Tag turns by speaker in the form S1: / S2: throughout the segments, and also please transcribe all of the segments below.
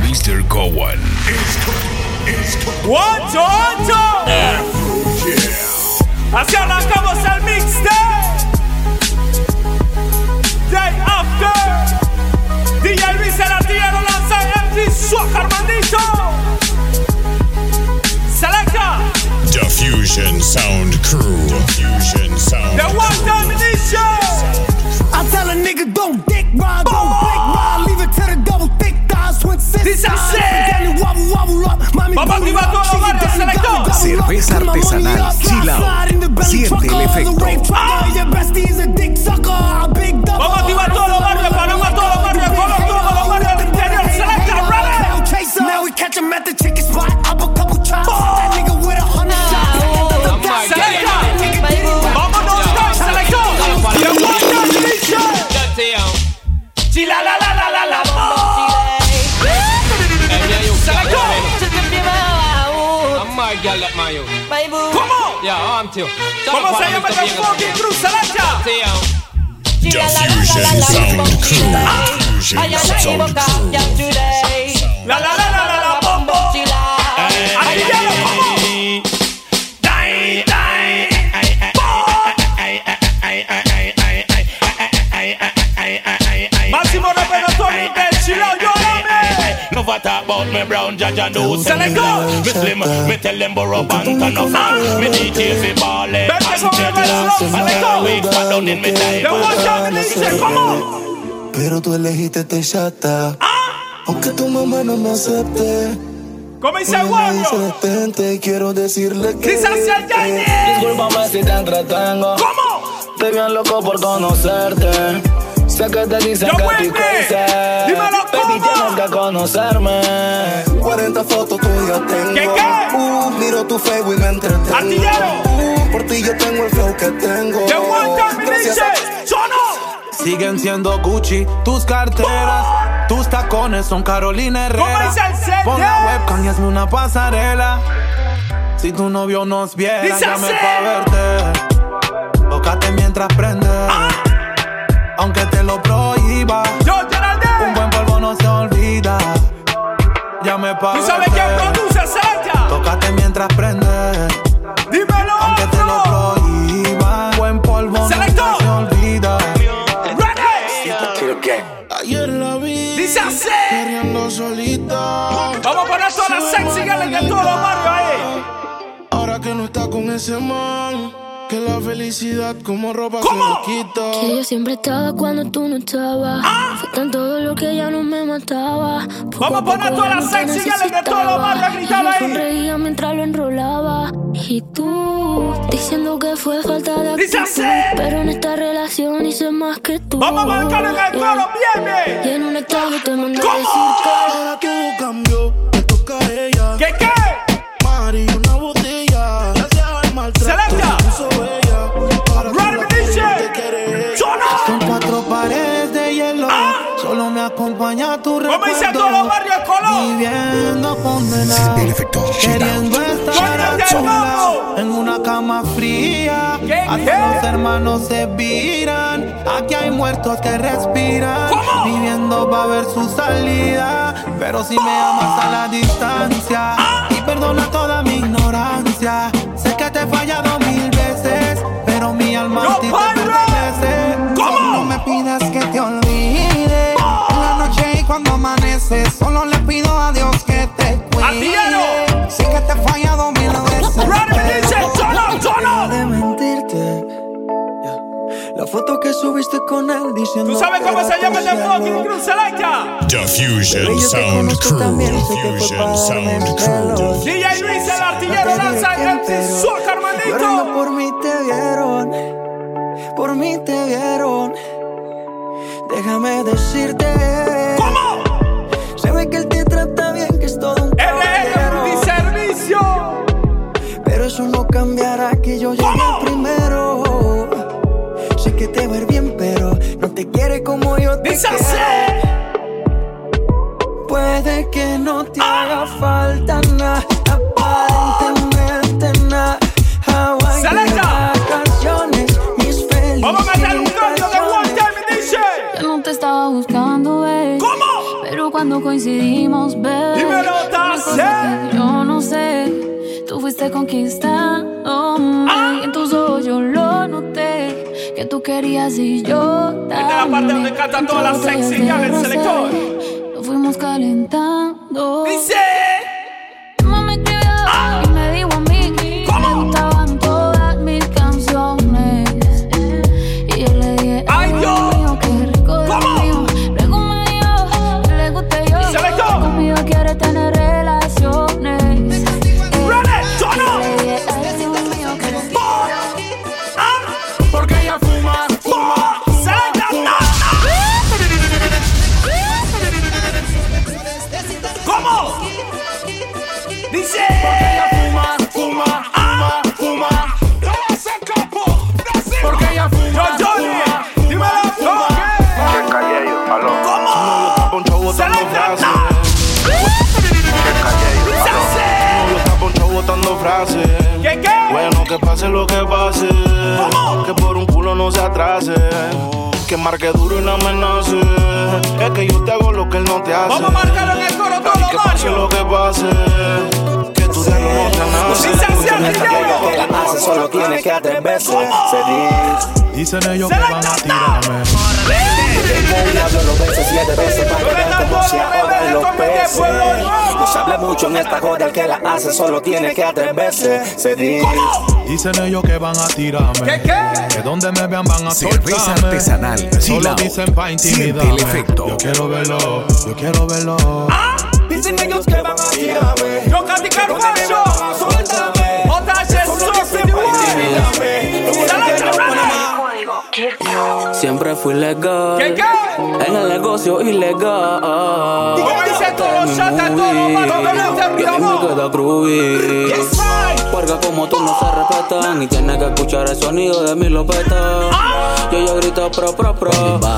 S1: number one.
S2: It's cool. It's cool.
S3: Ocho, ocho.
S2: Afro
S3: Así arrancamos el mixtape. Day after. DJ Luis el artillero lanza MG Swag Armandito. Selecta.
S2: Jam. Diffusion Sound Crew. Diffusion Sound.
S3: The one time edition.
S4: I tell a nigga don't dick ride, don't dick ride, leave it to the double thick thighs, switch six
S3: This I
S4: thighs.
S3: said.
S4: Down and wobble, wobble up, mommy
S3: Vamos
S4: booty
S3: arriba
S4: up,
S3: todos,
S4: she get
S3: varios,
S4: down and
S3: selector.
S4: gobble, gobble up.
S5: Cerveza
S4: Get my money
S5: artesanal,
S4: up, fly,
S5: chill out.
S4: slide in the belly,
S5: Siente
S4: trucker,
S5: el
S4: all the
S5: efecto.
S4: way, trucker, your bestie is a dick sucker, a big double.
S3: Vamos arriba todos, barrio, Panamá, todos, barrio, Colón, todos, los barrios del interior. Selecta, brother.
S4: Cloud chaser. Now we catch him at the chicken spot. Up a couple chops. That nigga with a hundred shots.
S6: I'm like,
S4: That nigga
S3: Selecta.
S4: did it.
S3: Vámonos, guys, selector. The one time edition. Chila la la la la la la. Selector. ¿Cómo? ¿Cómo se llama el fucking crew? Selecta.
S2: Diffusion Sound Crew. Diffusion Sound Crew.
S3: La la la la la la bombo. Artillero, ¿cómo? Máximo repertorio del Chilao Yorame.
S7: No what about me brown judge and do
S3: Select go.
S7: Me slim, me tell them borrow and turn off
S3: Ah!
S7: Me DJ fi ball it
S3: Vente
S7: and
S3: con el
S7: jet
S3: baile
S7: lag.
S3: slow,
S7: And
S3: select
S7: I
S3: go.
S7: wait back down in me
S3: The
S7: diaper.
S3: one time edition, ¿cómo?
S8: Pero tú elegiste te chata. Aunque tu mamá no me acepte.
S3: ¿Cómo dice
S8: ella
S3: el
S8: dice
S3: Warrior?
S8: detente, quiero decirle que.
S3: Dice hacia el Jaime.
S9: Discúlpame si te entretengo.
S3: ¿Cómo?
S9: Estoy bien loco por conocerte. Sé que te dicen
S3: Yo,
S9: que
S3: Wendy.
S9: estoy crazy.
S3: Dímelo,
S9: Baby,
S3: ¿cómo?
S9: tienes que conocerme.
S8: 40 fotos tuyas tengo.
S3: ¿Qué, qué?
S8: Uh, miro tu Facebook y me entretengo.
S3: Artillero.
S8: Uh, por ti yo tengo el flow que tengo.
S3: The one time
S8: Gracias a-
S3: edition. Sono.
S5: Siguen siendo Gucci tus carteras. Tus tacones son Carolina
S3: ¿Cómo
S5: Herrera.
S3: dice el set?
S5: Pon la webcam y hazme una pasarela. Si tu novio nos viera,
S3: Dice
S5: llame
S3: así.
S5: pa' verte. Tócate mientras prende. Aunque te lo prohíba.
S3: Ah. Yo,
S5: Un
S3: Geraldine.
S5: buen polvo no se olvida. Llame pa'
S3: ¿Tú
S5: verte.
S3: sabes quién produce Selecta?
S5: Tócate mientras prende.
S3: Dímelo,
S5: Aunque te lo
S3: otro.
S5: prohíba. Buen polvo
S3: Selector.
S5: no se olvida.
S3: Ready.
S8: Ayer la vi.
S3: Dice así.
S8: Corriendo solita.
S3: Vamos a poner todas las sexy girls de todos los barrios ahí.
S8: Ahora que no está con ese man, que la felicidad como ropa
S3: ¿Cómo?
S8: que le quita.
S10: Que yo siempre estaba cuando tú no estabas. Fue tanto dolor que ya no me mataba. Poco
S3: Ah. Vamos a poner
S10: poco
S3: todas
S10: ya
S3: las
S10: no te
S3: sexy girls de todos los
S10: necesitaba.
S3: barrios a gritar
S10: Y yo
S3: ahí.
S10: sonreía mientras lo enrolaba. Y tú, diciendo que fue falta de
S3: Dice
S10: actitud.
S3: así.
S10: Pero en esta relación hice más que tú.
S3: Vamos a marcar en el coro,
S10: Y
S3: viene.
S10: en un estado te mandé a decir que
S3: ¿Cómo?
S8: Ahora todo cambió, me toca a ella.
S3: ¿Qué qué?
S8: Mari, una botella. Gracias al maltrato.
S3: Selecta.
S8: se puso bella. Ahora
S3: Run
S8: con la
S3: with this
S8: gente
S3: shit.
S8: que querés.
S3: ¡Sono!
S5: Son cuatro paredes de hielo.
S3: Ah.
S5: Solo me acompaña tu recuerdo.
S3: Vamos a irse a todos los barrios de Colón.
S5: Viviendo condenado.
S1: El efecto
S5: Queriendo estar
S3: Suéltate
S5: a
S3: el
S5: tu
S3: mambo.
S5: lado, en una cama fría.
S3: ¿Qué,
S5: Hasta
S3: qué?
S5: los hermanos se viran. Aquí hay muertos que respiran.
S3: ¿Cómo?
S5: Viviendo va a ver su salida. Pero si me amas a la distancia
S3: Ah.
S5: y perdona toda mi ignorancia. Sé que te he fallado mil veces, pero mi alma
S3: ¡No
S5: a ti te
S3: pares!
S5: pertenece.
S3: ¿Cómo?
S5: No me pidas que te olvide. En la noche y cuando amanece, solo le pido a Dios que te cuide.
S3: Artillero.
S5: Sí que te he fallado mil veces.
S3: Run with this
S5: pero
S3: shit. ¡Sono, sono!
S8: de mentirte. Ya. La foto que subiste con él diciendo.
S3: ¿Tú sabes
S8: que
S3: cómo
S8: era
S3: se llama el
S8: tu
S3: de fucking
S8: cielo.
S3: Cruz Selecta?
S2: Diffusion
S8: Yo te
S2: Sound
S8: conozco
S2: Crew.
S8: también, sé que fue para
S2: Diffusion
S8: darme
S2: Sound
S8: celos.
S2: Crew.
S3: DJ Luis, el artillero,
S8: Antes de
S3: lanza
S8: que
S3: el MC
S8: entero,
S3: Suaca,
S8: Llorando
S3: hermanito.
S8: por mí te vieron, por mí te vieron. Déjame decirte,
S3: ¿Cómo?
S8: se ve que él te trata bien, que es todo un
S3: LR, mi
S8: caballero.
S3: servicio.
S8: Pero eso no cambiará que yo llegué
S3: ¿Cómo?
S8: primero. Sé que te va a ir bien, pero no te quiere como yo te
S3: Dice
S8: quiero.
S3: así.
S8: Puede que no te haga falta nada, aparentemente nada. Hawaii,
S3: Selecta.
S8: vacaciones, mis
S3: Vamos a meter un cambio de
S8: felicitaciones.
S3: One Time Edition.
S10: yo no te estaba buscando, eh.
S3: ¿Cómo?
S10: Pero
S1: cuando coincidimos, bebé.
S7: Dímelo, Tase.
S1: Cosas que Yo no sé, tú fuiste conquistándome.
S7: Ah.
S1: Y en tus ojos yo lo noté, que tú querías y yo también.
S7: Esta es la parte donde cantan todas las
S1: Botellas
S7: sexy
S1: de
S7: ya en el
S1: rosé,
S7: selector.
S1: Nos fuimos calentando.
S7: Dice. Ah.
S1: Mamá me escribió y me dijo a mí que
S7: ¿Cómo?
S1: le gustaban todas mis canciones. Y yo le dije,
S7: ¡Ay,
S1: "Ay,
S7: Dios!
S1: mío, qué rico Dios
S7: ¿Cómo?
S1: mío". Luego me dijo que le guste yo.
S7: ¿Y se le dio?
S1: Conmigo quiere tener relaciones.
S7: Ready, turn
S1: Y
S7: up.
S1: le dije, "Ay, Dios mío, qué rico".
S7: Porque ella fuma, fuma, selecta, na, na. ¿Cómo? Dice.
S3: fuma,
S7: Ah.
S3: fuma,
S7: Porque ella fuma, fuma, dímelo, Choque. ¿Cómo? Selecta, na. Se hace.
S3: botando frases.
S7: ¿Qué, qué?
S3: Bueno, que pase lo que pase.
S7: ¿Cómo?
S3: Que por un culo no se atrase. Que marque duro y no amenace. Es que yo te hago lo que él no te hace.
S7: Vamos a marcarlo en el coro todo,
S3: Que pase
S7: Mario.
S3: lo que pase. Que tu diablo no te nace.
S7: Sí, se hace,
S3: Mucha gente
S7: Ricardo.
S3: llega que la nace, solo tiene que hacer besos.
S5: Dicen ellos que van a
S7: Selecta, na.
S5: tirarme.
S7: No habla mucho en esta joda, el que la hace solo tiene que atreverse. Se dice.
S5: Dicen ellos que van a
S7: ¿Qué,
S5: tirarme.
S7: qué?
S5: Que donde me vean van a
S11: Cerveza
S5: soltarme.
S11: artesanal, chill
S5: Solo
S11: out.
S5: dicen pa'
S11: Siente el
S5: intimidarme.
S11: efecto.
S5: Yo quiero verlo, yo quiero verlo.
S3: Dicen ellos que van a tirarme.
S7: Yo canticar un macho.
S3: Suéltame.
S7: Otra vez, sucio, mi güey. Selecta, ready.
S12: Siempre fui legal.
S7: ¿Qué, qué?
S12: En el negocio ilegal.
S7: Como dicen todos los chatas, todos los malos, que no se
S12: Y a mí me
S7: rían.
S12: queda groovy.
S7: Yes, right.
S12: Porque como tú no se respetan, ni tienes que escuchar el sonido de mi lopeta.
S3: Ah.
S12: Yo yo grito pro pro pro,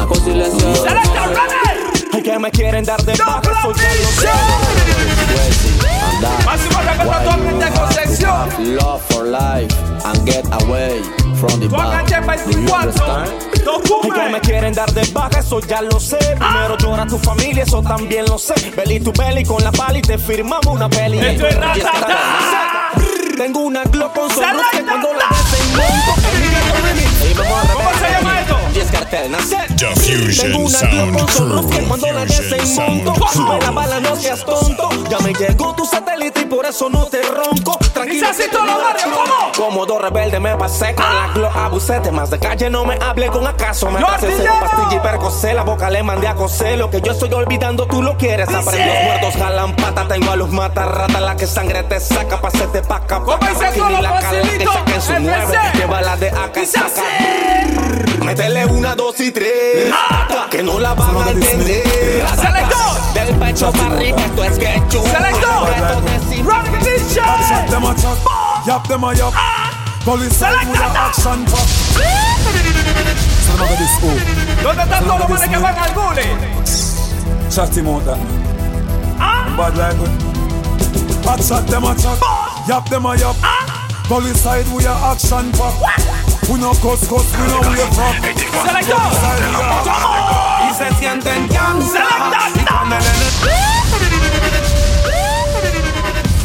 S12: con silencio.
S7: Selecta, ready.
S3: Hay que me quieren dar de
S7: No,
S3: baja,
S7: plan,
S3: soltar los
S7: sí.
S12: Anda.
S7: Máximo respeto a tu ambiente de concepción.
S12: Love for life and get away from the
S7: Tu
S12: bad.
S7: agaché para
S12: Do
S7: el
S12: you
S7: cuatro.
S12: understand?
S7: Dos
S3: Ay, que me
S7: cumbres.
S3: quieren dar de baja, eso ya lo sé. Primero llora tu familia, eso también lo sé. Beli tu peli con la pali, te firmamos una peli.
S7: Esto es
S3: Y esta
S7: ratata.
S3: la receta. Tengo una Glock con sonrisa que
S7: Selecta.
S3: cuando la desenmonto. Ey, vamos a
S7: ¿Cómo se llama esto?
S3: Diez cartel, nacer. Tengo
S11: Diffusion
S3: una Glock
S11: Sound
S3: con sonrisa que
S11: Crew.
S3: cuando la
S11: Diffusion
S3: desenmonto.
S11: Sound
S3: Sube la
S11: Crew.
S3: bala, no seas tonto. Ya me llegó tu satélite y por eso no te ronco. Tranquilo.
S7: Dice así todos los barrios, ¿cómo? ¡Ah!
S3: Como dos rebeldes me pasé con la Glock abusete Más de calle no me hable con acaso Me
S7: ¡Yo
S3: pasé cero
S7: artillero!
S3: pastilla y percocé La boca le mandé a coser Lo que yo estoy olvidando tú lo quieres Aprendí los muertos jalan pata Tengo a los matarratas La que sangre te saca Pasete pa' acá pa'
S7: ¿Cómo
S3: acá,
S7: dice
S3: pa' aquí,
S7: todo
S3: ni
S7: lo
S3: la cala que
S7: facilito?
S3: saquen su
S7: FC.
S3: nueve Lleva la de acá y
S7: Dice
S3: saca
S7: así.
S3: Métele una, dos y tres Que no la van a entender
S7: Selector.
S3: Del pecho para arriba Esto es que yo
S7: Selector. Run the
S5: Chop
S7: DJ.
S5: them a chop, yap them a yap. Police
S7: Select
S5: with a
S7: that.
S5: action pop. Son of a this oh.
S7: ¿Dónde están todos los manes que van al gole?
S5: Shot him out that man. Bad life. eh. Hot shot them a chop, yap them a yap. Police side with a action pop. We no cuss cuss, we no wave up.
S7: Selector. ¿Cómo?
S3: Y se sienten gangsta
S7: Selecta,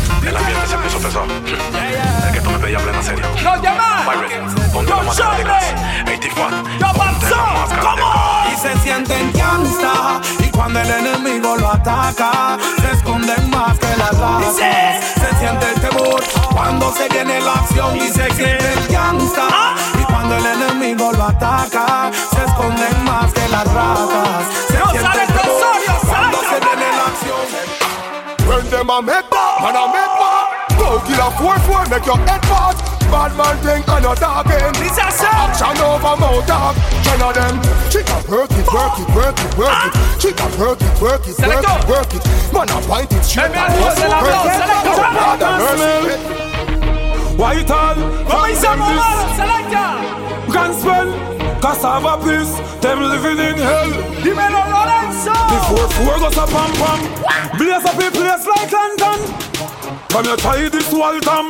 S3: Y cuando el enemigo
S13: El ambiente se puso pesado. El que tú me pedías plena serie.
S7: Los llaman.
S13: Pirate, ponte la
S7: Yo
S13: máscara de gas.
S7: soy.
S13: 84, ponte
S7: Yo
S13: la
S7: pasó.
S13: máscara de gas.
S7: ¿Cómo?
S3: y se sienten gangsta Y cuando el enemigo lo ataca Se esconden más que las ratas
S7: Dice.
S3: Se siente el temor Cuando se viene la acción Y se sienten gangsta
S7: Ah.
S3: Y cuando el enemigo lo ataca Se esconden más que las ratas Se
S7: No
S3: siente
S7: sale
S3: el temor
S7: Rosario,
S3: Cuando
S7: sale
S3: se
S7: Rosario.
S3: viene la acción
S8: Turn them a make up, man a make up. Go kill a four four, make your head pop. Bad man think I'm not talking.
S7: Dice así.
S8: Action over mouth talk. Ten of them. Chica work it, work it, work it, work it. Chica work it, work it, work
S7: Selector.
S8: it, work it. Man a bite it, shit.
S7: Ven, ven, se la veo, selector.
S5: White all.
S7: ¿Cómo dice Momaro? Selecta.
S5: Guns well, cassava please. Them living in hell.
S7: Dímelo, Lorenzo.
S5: Four four goes a pam pam. Blaze up a place like London. From your tie this wall tam.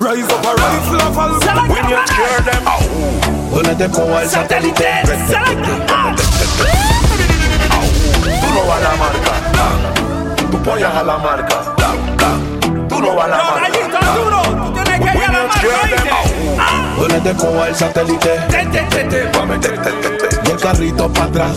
S5: Rise up a rise level.
S7: Selecta, manes.
S8: them out. Donde te pongo el
S7: Satélite. Selecta.
S5: Oh.
S8: Tú no vas a marcar.
S14: a la marca. Da, da. Duro a la
S3: Los
S14: marca.
S3: rayitos duros, tú tienes que ir a la marca, ¿oíste? Ah,
S5: Duérete con el satélite.
S3: te, te, te, te.
S5: oh. Y el carrito para atrás.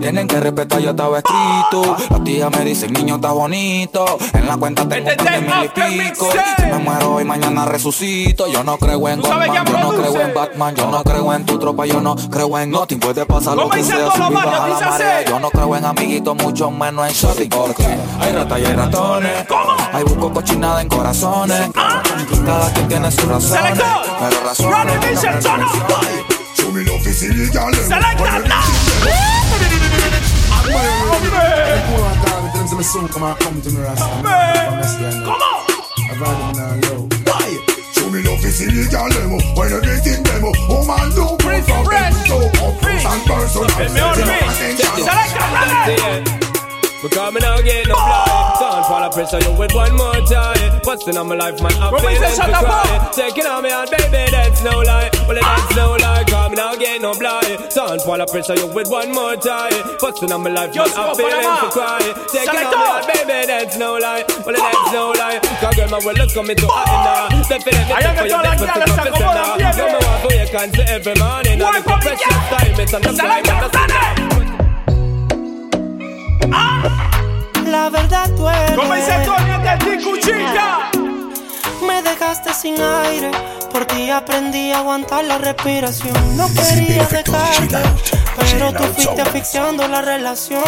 S12: Tienen que respetar, yo estaba escrito. Los tías me dicen, niño, está bonito. En la cuenta tengo un de mil y pico. Si me muero hoy, mañana resucito. Yo no creo en Batman, yo no creo en Batman, yo no creo en tu tropa, yo no creo en nothing. Puede pasar lo
S3: ¿Cómo
S12: que
S3: dicen
S12: sea,
S3: todos los
S12: subir,
S3: barrios?
S12: baja la
S3: Dice así.
S12: marea. Yo no creo en amiguitos, mucho menos en shorty. Porque hay ratas y hay ratones. Hay busco cochinada en corazones.
S3: ¿Ah?
S12: Cada quien tiene sus razones. Pero razones.
S14: Show me love is illegal. Show me love is illegal. them. When everything them, oh man, do free from them. So up close and personal.
S3: El mejor
S14: Zero
S3: beat.
S14: attention.
S3: Selecta, dale.
S2: Because me now get no blind Turn for the pressure you with one more time Busting on my life man I'm
S3: When we
S2: feeling
S3: say shut
S2: to
S3: up,
S2: cry Taking on me out baby that's no lie Well it that's no lie Cause me now get no blind Turn for the pressure you with one more time Busting on my life
S3: Yo,
S2: man
S3: smoke
S2: I'm
S3: for them
S2: feeling to
S3: all.
S2: cry Taking on
S3: Selector.
S2: me out baby that's no lie Well it that's no lie Cause girl man well look on me to a inner Definitely
S3: Allá que
S2: for your best
S3: todas las
S2: but to
S3: galas se
S2: confess
S3: acomodan
S2: now
S3: bien,
S2: Yo me
S3: eh.
S2: want to wake and see every morning And the precious time it's on the fly man that's
S15: La verdad duele.
S3: Como dice Antonio, te cuchilla.
S15: Me dejaste sin aire. Por ti aprendí a aguantar la respiración. No quería dejarte. Pero tú fuiste asfixiando la relación.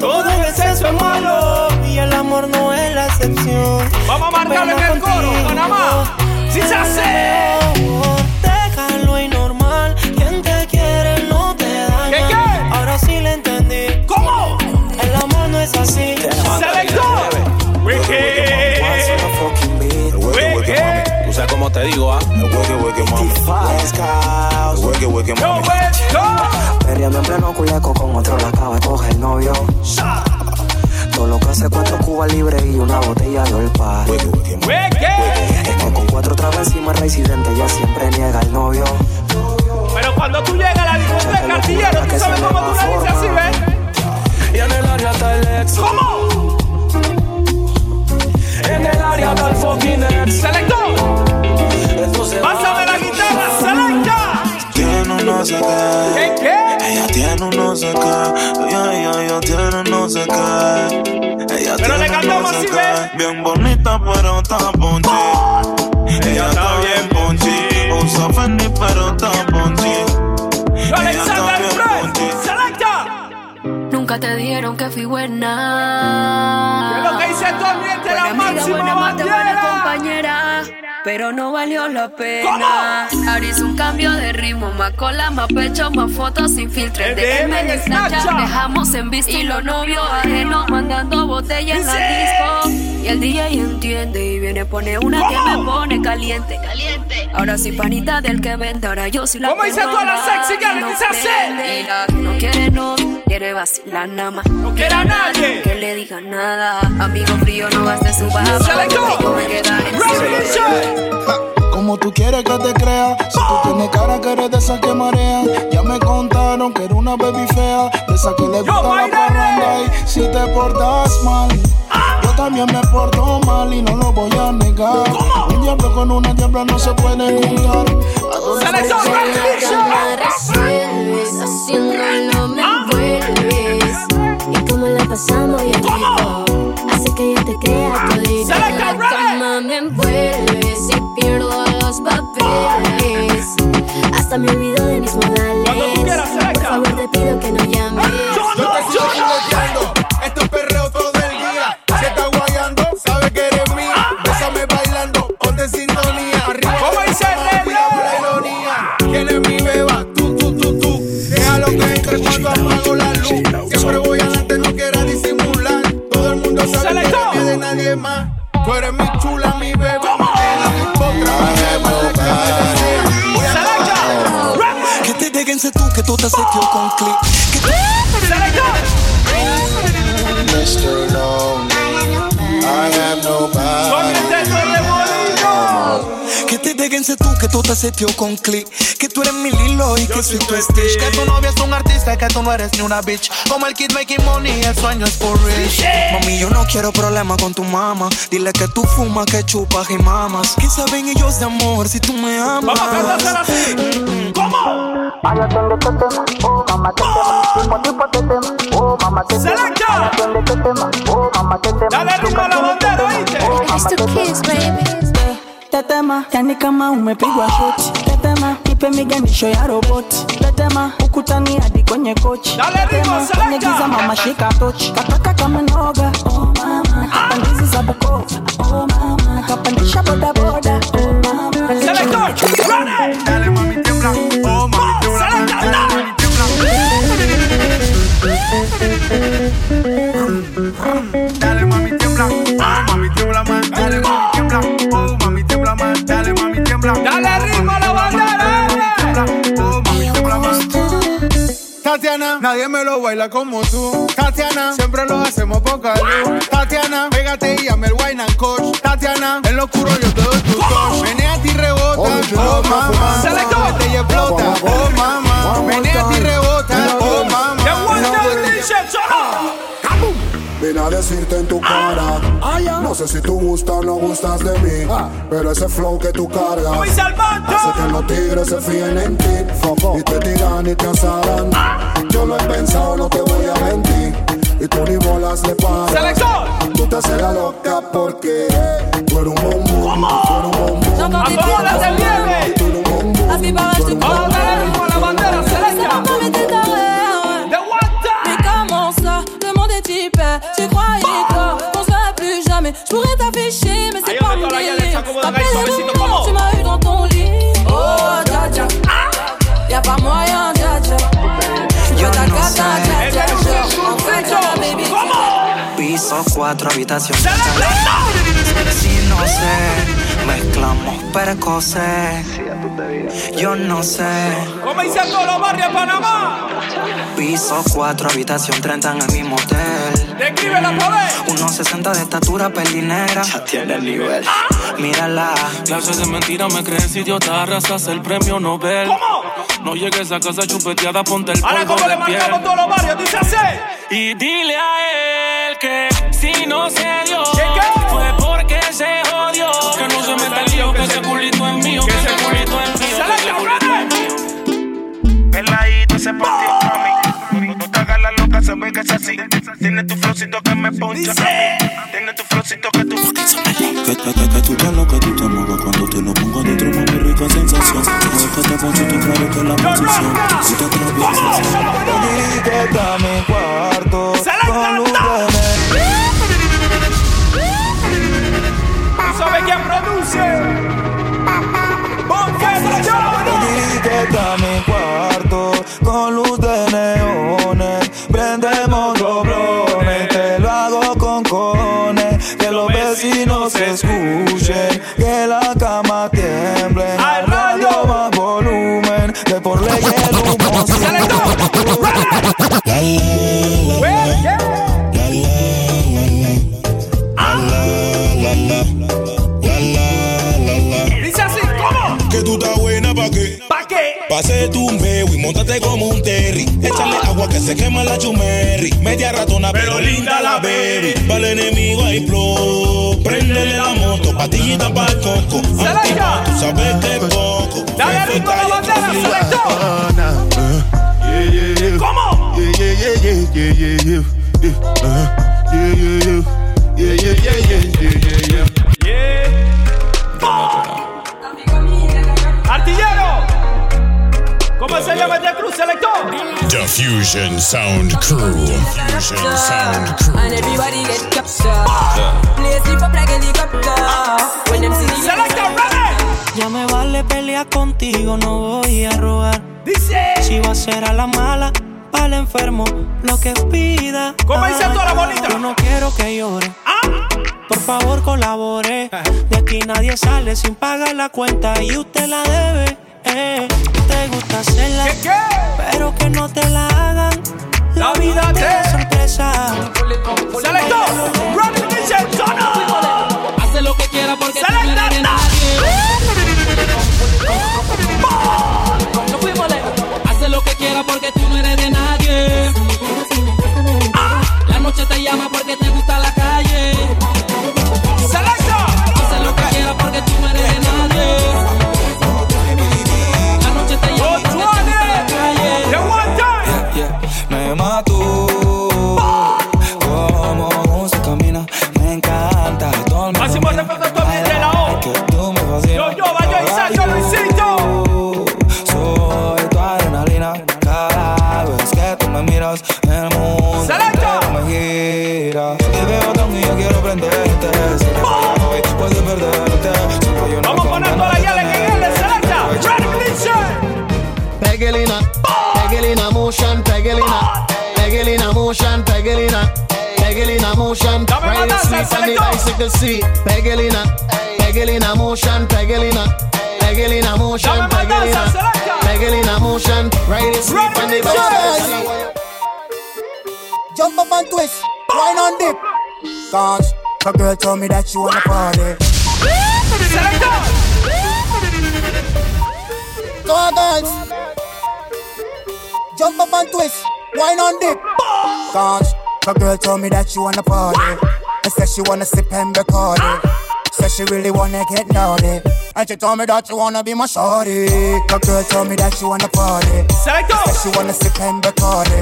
S15: Todo en exceso es malo. Y el amor no es la excepción. Vamos a
S3: marcarle en el coro, Panamá. ¡Sí se hace!
S15: Déjalo y normal. Quien te quiere no te daña. Ahora sí le entendí.
S3: ¿Cómo?
S15: El amor no es así.
S3: Selector.
S16: Tú sabes cómo te digo, ah. Wicked, wicked, mami. Wicked, wicked, mami.
S7: Perreando en pleno culeco con otro la acaba de coger el novio. Todo lo que hace cuatro cubas libres y una botella de olpa. Es que con cuatro trabas encima el residente ya siempre niega al novio.
S3: Pero cuando tú llegas a la discoteca, artillero, tú sabes cómo tú le dices así, ¿eh? ¿ves?
S12: Y en el área está el ex.
S3: ¿Cómo?
S12: En el área está el fucking ex.
S3: Selector. Pásame la guitarra, selecta.
S17: Tiene un no sé qué.
S3: ¿Qué, qué?
S17: Ella tiene un no sé qué. Ella, ella, ella tiene un no sé qué. Ella
S3: Pero
S17: tiene
S3: le
S17: un
S3: cantamos
S17: no sé
S3: así,
S17: qué.
S3: ¿ves?
S17: Bien bonita, pero está ponchi. Ella está bien ponchi. Usa Fendi, pero está ponchi. Ella está bien ponchi.
S1: Nunca te dijeron que fui buena.
S3: Que lo que hice tú, miente, la
S1: Buena amiga,
S3: máxima
S1: buena amante, buena
S3: bandera.
S1: compañera. Pero no valió la pena. Ahora hice un cambio de ritmo, más cola, más pecho, más fotos sin filtro. El
S3: DM
S1: DM en
S3: en
S1: Snapchat,
S3: Snapchat.
S1: dejamos en vista y los novios ajenos mandando botellas en
S3: Dice.
S1: la disco. Y el DJ entiende y viene pone una que me
S3: ¿Cómo?
S1: pone caliente, caliente. Ahora soy panita del que vende, ahora yo soy la
S3: ¿Cómo dice tú a la
S1: primera
S3: sexy girl?
S1: que no
S3: Dice así.
S1: prende. Y la que no quiere novio, quiere vacilar nada más. No
S3: quiere a nadie.
S1: Que le diga nada. Amigo frío, no gastes su baja. Conmigo me queda en
S5: Como tú quieres que te crea, si tú tienes cara que eres de esas que marean. Ya me contaron que era una baby fea, de esas que le gusta la parranda y si te portas mal. Yo también me porto mal y no lo voy a negar. Un diablo con una diabla no se puede juntar. ¿A dónde
S1: Se le
S5: estás?
S1: sobra el
S5: Ay,
S1: bicho.
S18: resuelves, haciéndolo me vuelves. Y como la pasamos bien rico, hace que yo te crea todito. En la cama me envuelves y pierdo los papeles. Hasta me olvido de mis modales. Por favor te pido que no llames.
S19: Yo te sigo chileteando, esto es perreo todo el día. Si estás guayando, sabes que eres mía. Bésame bailando, ponte en sintonía. Arriba, Ah. ¿cómo dice la ironía? ¿Quién es mi beba? Tú, tú, tú, tú. Déjalo que entre cuando apago la luz. Siempre voy adelante, no quieras disimular. Todo el mundo sabe que no de nadie más. Tú eres mi chula, mi beba.
S20: Que te dejen ser tú, que tú te has hecho con click. Que tú-
S21: Mr. Lonely. I have nobody.
S20: Que te dejen
S12: déguense tú, que tú te setió con click. Que tú eres mi Lilo y que soy tu
S22: Stitch. Que tu novia es un artista y que tú no eres ni una bitch. Como el kid making money, el sueño es por rich.
S12: Mami, yo no quiero problema con tu mamá. Dile que tú fumas, que chupas y mamas. ¿Qué saben ellos de amor si tú me amas?
S3: Vamos a cantar así. ¿Cómo?
S23: Allá donde te tema, oh mamá te tema. Mismo tipo te tema, oh mamá te tema.
S3: Selecta.
S23: Allá donde te tema, oh mamá te tema.
S3: Dale ritmo a la bandera, ¿oíste?
S23: oh, kiss, baby.
S10: Tetema, yani kama umepigwa shoti. Tetema, ipe miganisho ya roboti. Tetema, ukutani hadi kwenye kochi.
S3: Dale ritmo,
S10: Tetema,
S3: selecta.
S10: kwenye
S23: oh,
S10: giza mama shika tochi. Kataka kama noga, oh
S3: Ah.
S10: mama. Pandizi za Bukoba, oh mama. Kapandisha boda boda, oh mama.
S3: Dale mami tiembla, oh mami tiembla, dale mami tiembla. Dale mami tiembla, oh mami tiembla más, dale mami tiembla, oh mami tiembla más, dale mami tiembla. Dale ritmo a la bandera.
S24: Oh, mami, te plamas. Tatiana, nadie me lo baila como tú. Tatiana, siempre lo hacemos poca luz. Tatiana, pégate y llame el wine and coach. Tatiana, en lo oscuro yo te doy tu touch. Meneate y rebota, oh mamá. Muévete y explota, oh mamá. Meneate y rebota, oh mamá.
S8: Vine a decirte en tu cara. No sé si tú gustas o no gustas de mí. Pero ese flow que tú cargas. Hace que los tigres se fíen en ti. Y te tiran y te asaran. Yo lo he pensado, no te voy a mentir. Y tú ni bolas le paras. Tú te haces la loca porque tú eres un bombón.
S3: A bolas de nieve.
S23: Así va a
S3: Vamos a darle ritmo a la bandera, Selecta.
S23: De Mais comment ça, le monde est hyper. Tu croyais quoi On sera plus jamais. Je pourrais t'afficher, mais c'est pas mon délire. T'appelles les moments, tu m'as eu dans ton lit. Oh, dja dja. Y'a pas moyen, dja dja. Yo ta gata, dja dja. En fait, dja, baby.
S25: Piso 4, habitación. Si no sé, mezclamos percoces. Yo no sé.
S3: ¿Cómo dice todos los barrios de Panamá?
S12: Piso 4, habitación 30 en el mismo hotel.
S3: Describe la poder.
S12: 1,60 de estatura, pelinera. Ya tiene el nivel. Mírala.
S26: Clases de mentira, me crees idiota, arrasas el premio Nobel. No llegues a casa chupeteada, ponte el
S3: Ahora,
S26: polvo
S3: ¿cómo
S26: de
S3: le marcamos
S26: piel.
S3: todos los barrios? Dice así.
S26: Y dile a él que si no se dio,
S3: ¿Qué, qué?
S26: fue porque se jodió. Que no se meta el lío, que ese culito es mío, que ese culito es mío. que ese culito es mío.
S27: Peladito ese partido mami. No te hagas la loca, sabes que es así. Tiene tu flowcito que me poncha. Tiene tu flowcito que tú.
S5: Que, que, que, que tú te lo que tú te muevas cuando te lo pongo dentro, mami, rica sensación. Sabes que te pusiste claro que la posición. Si te atraviesas,
S12: Etiqueta mi cuarto. Con luz
S3: ¿Tú sabes quién produce? ¡Bonfes
S12: Etiqueta mi cuarto. Con luz de neones. Prendemos doblones. Te lo hago con cones. Que los vecinos se escuchen. Que la cama tiemble. Al radio más volumen. Que por ley el humo
S3: Dice así, ¿cómo?
S5: Que tú estás buena pa' qué.
S3: ¿Para qué?
S5: Pase tu meo y montate como un terry. Échale agua que se quema la chumerri. Media ratona, pero, linda la baby. Vale enemigo hay pro. Préndele la moto, patillita pa'l coco. Antipa, tú sabes que es poco.
S3: Dale
S5: Ven,
S3: ritmo a la
S5: fetalla,
S3: bandera,
S5: tú
S3: selector.
S5: ¿Cómo?
S3: ¡Artillero! ¿Cómo se llama este cruz, selector?
S2: Diffusion Sound Crew. Diffusion Sound Crew.
S23: And everybody get captured. Play sleep up like helicopter. When them see the
S10: Ya me vale pelear contigo, no voy a robar.
S3: Dice.
S10: Si va a ser a la mala, al enfermo, lo que pida.
S3: ¿Cómo dice toda la bonita?
S10: Yo no quiero que llore. Por favor, colabore. De aquí nadie sale sin pagar la cuenta y usted la debe. eh. Te gusta hacerla, pero que no te la hagan. La, vida te da sorpresa.
S3: ¡Selector! ¡Running Vision! ¡Tono!
S28: Hace lo que quiera porque tú no eres de
S3: ¡Selecta!
S28: nadie.
S10: Ah.
S7: te quiera porque tú no eres de nadie. Ah. La noche te llama porque te gusta la calle.
S8: ¡Selecta!
S7: Haces lo que quieras porque tú no eres de nadie. La noche te llama porque te gusta la calle.
S12: Me mato. Como se camina, me encanta. Todo el Máximo respeto a tu de la O. Que tú me fascinas.
S8: Yo, vaya, Isacho, Luisito.
S12: Soy tu adrenalina. Cada vez que tú me miras, el mundo entero me gira. Te veo tan y yo quiero prenderte. Si te fallo hoy, puedes perderte. Siempre hay una
S8: Vamos a poner toda la yale que él es selecta. Red Glitcher.
S15: Pegelina, Pegelina motion, Pegelina, Pegelina motion, Pegelina, Pegelina motion, Ryan
S8: mataste,
S15: Smith on the
S8: selector.
S15: bicycle seat, Pegelina, Pegelina motion, Pegelina, Pegelina motion, Pegelina, Pegelina motion, Ryan Smith on the bicycle seat.
S5: Jump up and twist, wine on dip. Cause the girl told me that she wanna party. Go on, girls. Jump up and twist, wine on dip. Cause the girl told me that she wanna party. I said she wanna sip and Bacardi. Said she really wanna get naughty. And she told me that she wanna be my shorty. The girl told me that she wanna party. Said she wanna sip and Bacardi.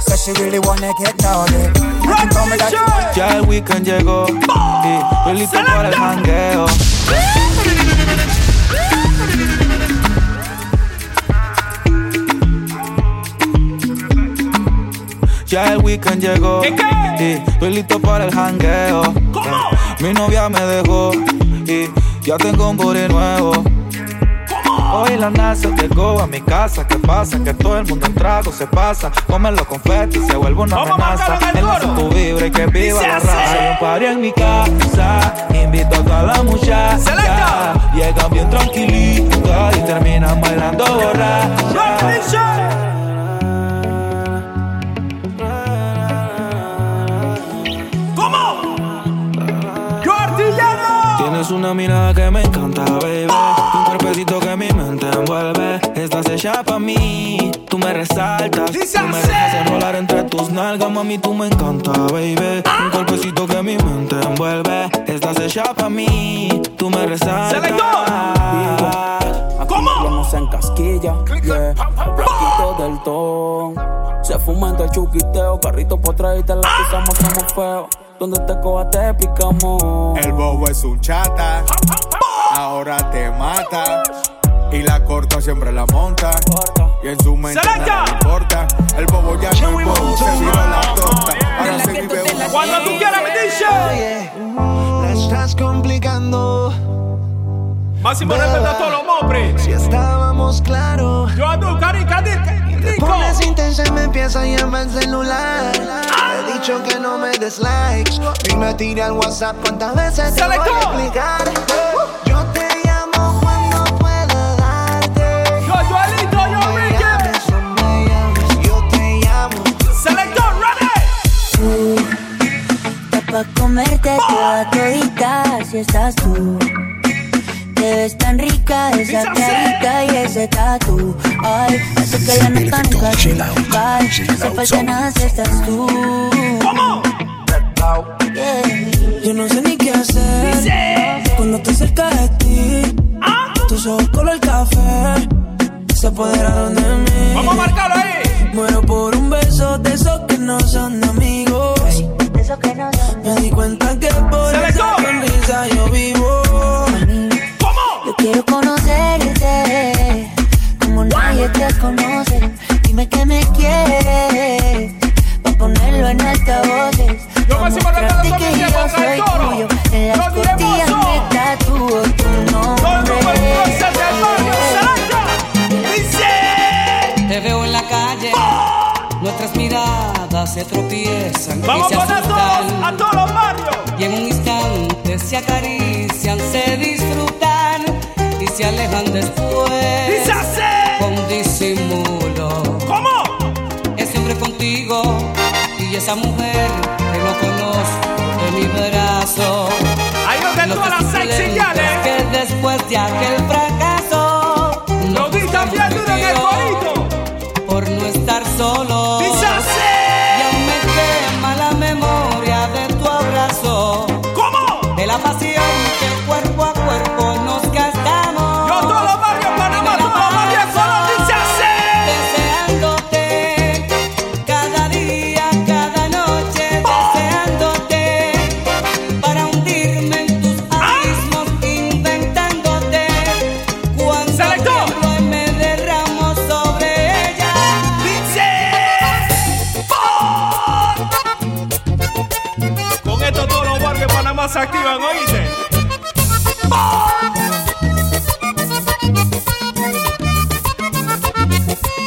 S5: Said she really wanna get naughty. And she told me that she wanna
S12: Ya el weekend llegó y estoy listo para el jangueo. Ya el weekend llegó y estoy listo para el jangueo. Mi novia me dejó y ya tengo un booty nuevo. Hoy la NASA llegó a mi casa. ¿Qué pasa? Que todo el mundo en trago se pasa. Comen los confetis, se vuelve una amenaza. Enlace tu vibra y que viva
S29: Dice
S12: la
S29: así.
S12: raza. Hay un party en mi casa. Invito a toda la muchacha. Llegan bien tranquilita y terminan bailando borracha.
S8: ¿Cómo? ¡Yo
S12: Tienes una mirada que me encanta, baby. Un cuerpecito que mi mente envuelve. Estás hecha pa' mí, tú me resaltas. Tú me dejas enrolar entre tus nalgas, mami, tú me encanta, baby. Un cuerpecito que mi mente envuelve. Estás hecha pa' mí, tú me resaltas.
S30: ¿Cómo? Vamos en casquilla. Yeah. Blanquito del ton. Se fuman del chuquiteo. Carrito por atrás y te la pisamos, estamos feos. Donde te coja te picamos.
S5: El bobo es un chata, ahora te mata. Y la corta siempre la monta. Y en su mente nada le importa. El bobo ya no es bobo, se vio la torta. Ahora se vive una
S8: Cuando tú quieras, me dice.
S5: Oye,
S3: La estás complicando.
S8: Máximo respeto a todos los hombres.
S3: Si estábamos claro.
S8: Yo ando, cari, cari,
S3: Te pones intensa y me empieza a llamar el celular. Te he dicho que no me des likes. Y me tira el WhatsApp. ¿Cuántas veces te voy a explicar? Yo te llamo cuando pueda darte.
S8: Yo, Joelito, yo,
S3: No me
S8: Ricky.
S3: llames, no me llames, Yo te llamo.
S8: Selector,
S10: tú. Está pa' comerte toda todita si estás tú. Te ves tan rica esa carita y ese tatu. Ay, hace que la nota nunca se cae. No falta nada si estás tú.
S3: Yeah. Yo no sé ni qué hacer cuando estoy cerca de ti. Tus ojos color café se apoderaron de mí. Vamos a marcarlo ahí. Muero por un beso de esos que no son de amigos. Me di cuenta que por esa sonrisa yo vivo.
S10: Yo quiero conocerte como nadie te conoce. Dime que me quieres pa ponerlo en altavoces. Yo me mostrarte
S8: respeto
S10: que
S8: también
S10: yo
S8: con
S10: soy
S8: Cantoro.
S10: tuyo. En las costillas me tatúo tu
S8: nombre.
S7: Te veo en la calle. Nuestras miradas se tropiezan
S8: Vamos
S7: y se
S8: con a todos,
S7: asustan.
S8: a todos los barrios.
S7: Y en un instante se acarician, se disfrutan y se alejan después.
S8: Y se hace.
S7: Con disimulo.
S8: ¿Cómo?
S7: Es siempre contigo y esa mujer que no conozco de mi brazo.
S8: Ahí donde
S7: Lo
S8: todas
S7: que
S8: las sex
S7: sucede
S8: señales.
S3: ¿eh?
S7: es Que después de aquel fracaso.
S8: Lo vi cambiando en el corito.
S7: Por solo. Y aún me quema la memoria de tu abrazo.
S3: ¿Cómo?
S7: De la pasión que cuerpo a cuerpo nos gastamos.
S3: Yo todos los barrios en Panamá, todos los barrios solo dice
S7: Deseándote cada día, cada noche, deseándote para hundirme en tus abismos, inventándote cuando tiempo me derramo sobre ella.
S3: Con esto todos los barrios en Panamá se activan, oíste.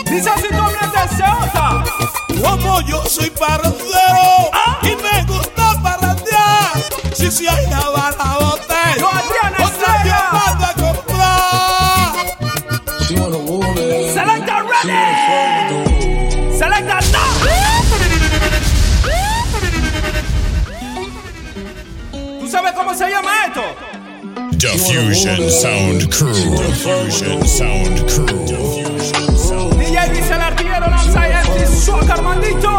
S3: Dice así tu deseo.
S31: Como yo soy parrandero
S3: Ah.
S31: y me gusta parrandear, si si hay una barra botella, otra yo mando a comprar.
S3: Select the ready. Select the top. ¿Tú sabes cómo se llama esto?
S2: Diffusion Sound Crew. Diffusion Sound Crew.
S3: DJ Luis el artillero lanza y MC Soccer, maldito.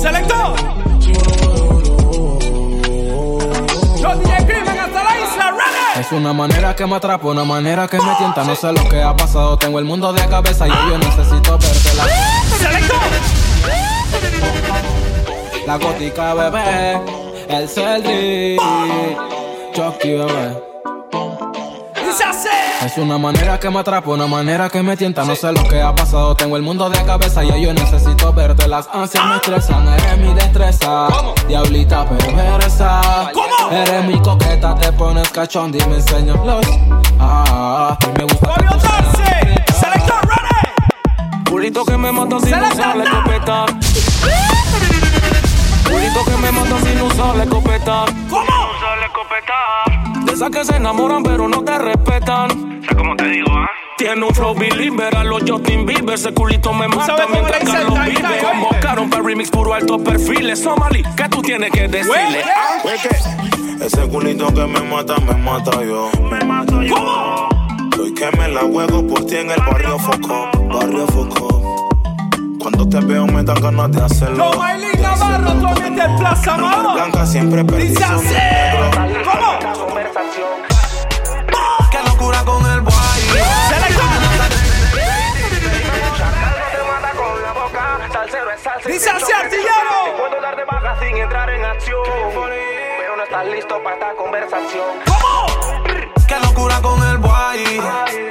S3: Selector. Yo DJ Crimen hasta la isla, ready.
S12: Es una manera que me atrapa, una manera que me tienta. No sé lo que ha pasado, tengo el mundo de cabeza y yo necesito la La gótica bebé, el Celdi, Chucky bebé.
S3: Dice así.
S12: Es una manera que me atrapa, una manera que me tienta. No sé lo que ha pasado, tengo el mundo de cabeza y yo necesito verte. Las ansias me estresan, eres mi destreza. Diablita perversa. Eres mi coqueta, te pones cachón, dime enseño los. Ah, y me gusta.
S32: Pulito que me mata sin usar la escopeta. Pulito que me mata sin usar la escopeta. ¿Cómo? Usar la escopeta. De esas que se enamoran pero no te respetan. Sé como te digo, ¿ah? Tiene un flow believer a los Justin Bieber. Ese culito me mata
S3: sabes cómo
S32: mientras
S3: le dice el
S32: Carlos
S3: taita,
S32: vive.
S3: oíste?
S32: Como Caron para remix puro alto perfil. Somali, ¿qué tú tienes que decirle? ah?
S20: Ese culito que me mata, me mata yo. Me mato yo. Soy que me la juego por ti en el barrio foco. Barrio foco. Cuando te veo me dan ganas de hacerlo.
S3: Yo, Maylin Navarro, tú ambiente
S32: este
S3: en Plaza Amado.
S20: Blanca siempre
S3: Dice
S20: perdición.
S3: así. ¿Cómo?
S32: Qué locura con el boy.
S3: Dice así, artillero.
S32: puedo dar de baja sin entrar en acción. Pero no estás listo para esta conversación.
S33: Qué locura con el guay.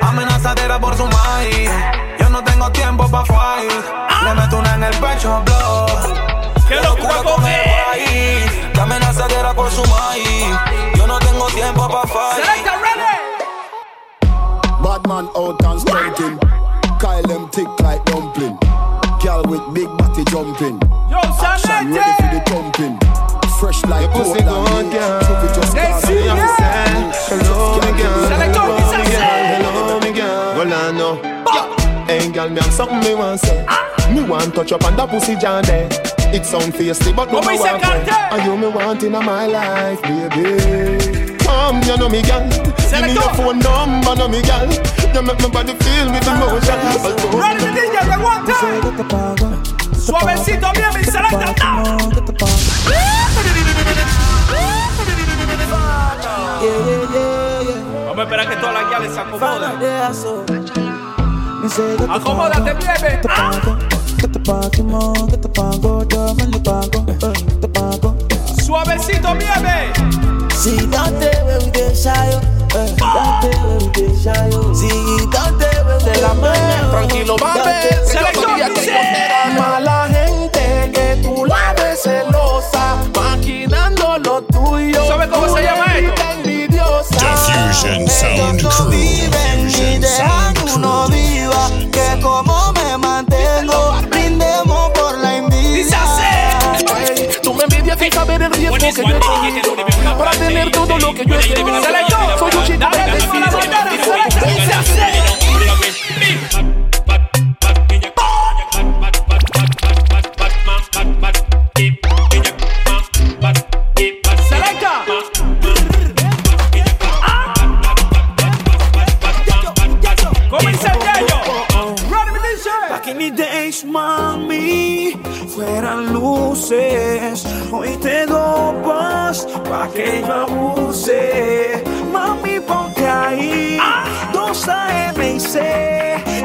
S33: Amenazadera por su maíz. Yo no tengo tiempo pa' fight. Le meto una en el pecho, blow. Qué locura con el guay. Que amenazadera por su maíz. Yo no tengo tiempo pa' fight.
S8: Bad man out and stunting. Kyle them thick like dumpling. Girl with big body jumping.
S3: Yo,
S8: Action ready for the thumping. Fresh like
S3: Your pussy
S8: Portland.
S3: good,
S8: So we just
S3: They
S8: cause
S3: see
S8: it.
S3: ya.
S8: Hello, me girl.
S3: Selector,
S8: Hello, me
S3: dice
S8: girl.
S3: así.
S8: Hello, me girl. Well, I know. Hey, girl, me have something me want say.
S3: Ah.
S8: Me want touch up on that pussy jaw there. It sound tasty, but no
S3: What
S8: me
S3: we say,
S8: want way. And you me want in my life, baby. Come, you know me, girl. Give me your phone number, know me, girl. You make my body feel with emotion.
S3: Ready, DJ, de one time. Suavecito, bien, mi selecta. Vamos a esperar que todas las guiales se acomoden. Acomódate, bien,
S33: Este
S3: Ah, Suavecito, nieve.
S5: Si date veo y desayo, eh, date veo y desayo. Si date veo de la mano,
S32: tranquilo,
S5: date
S32: babe.
S5: veo,
S32: Selector,
S5: yo diría que
S32: dice.
S5: cogerá mala gente que tú la ves celosa, maquinando lo tuyo.
S3: ¿Sabe cómo
S5: Tú
S3: se llama
S5: eres
S3: esto?
S5: tan envidiosa.
S2: Diffusion Sound Crew.
S5: Viven y dejan que uno viva, que como me mantengo, brindemos por la envidia. Ay, Tú me envidias sin saber el riesgo que yo corro para tener todo lo que yo deseo. Soy un chico de
S3: Selecta. Sunny days, mami, fueran luces. Hoy te dopas pa' que yo abuse. Mami, ponte ahí, 2 AM y C.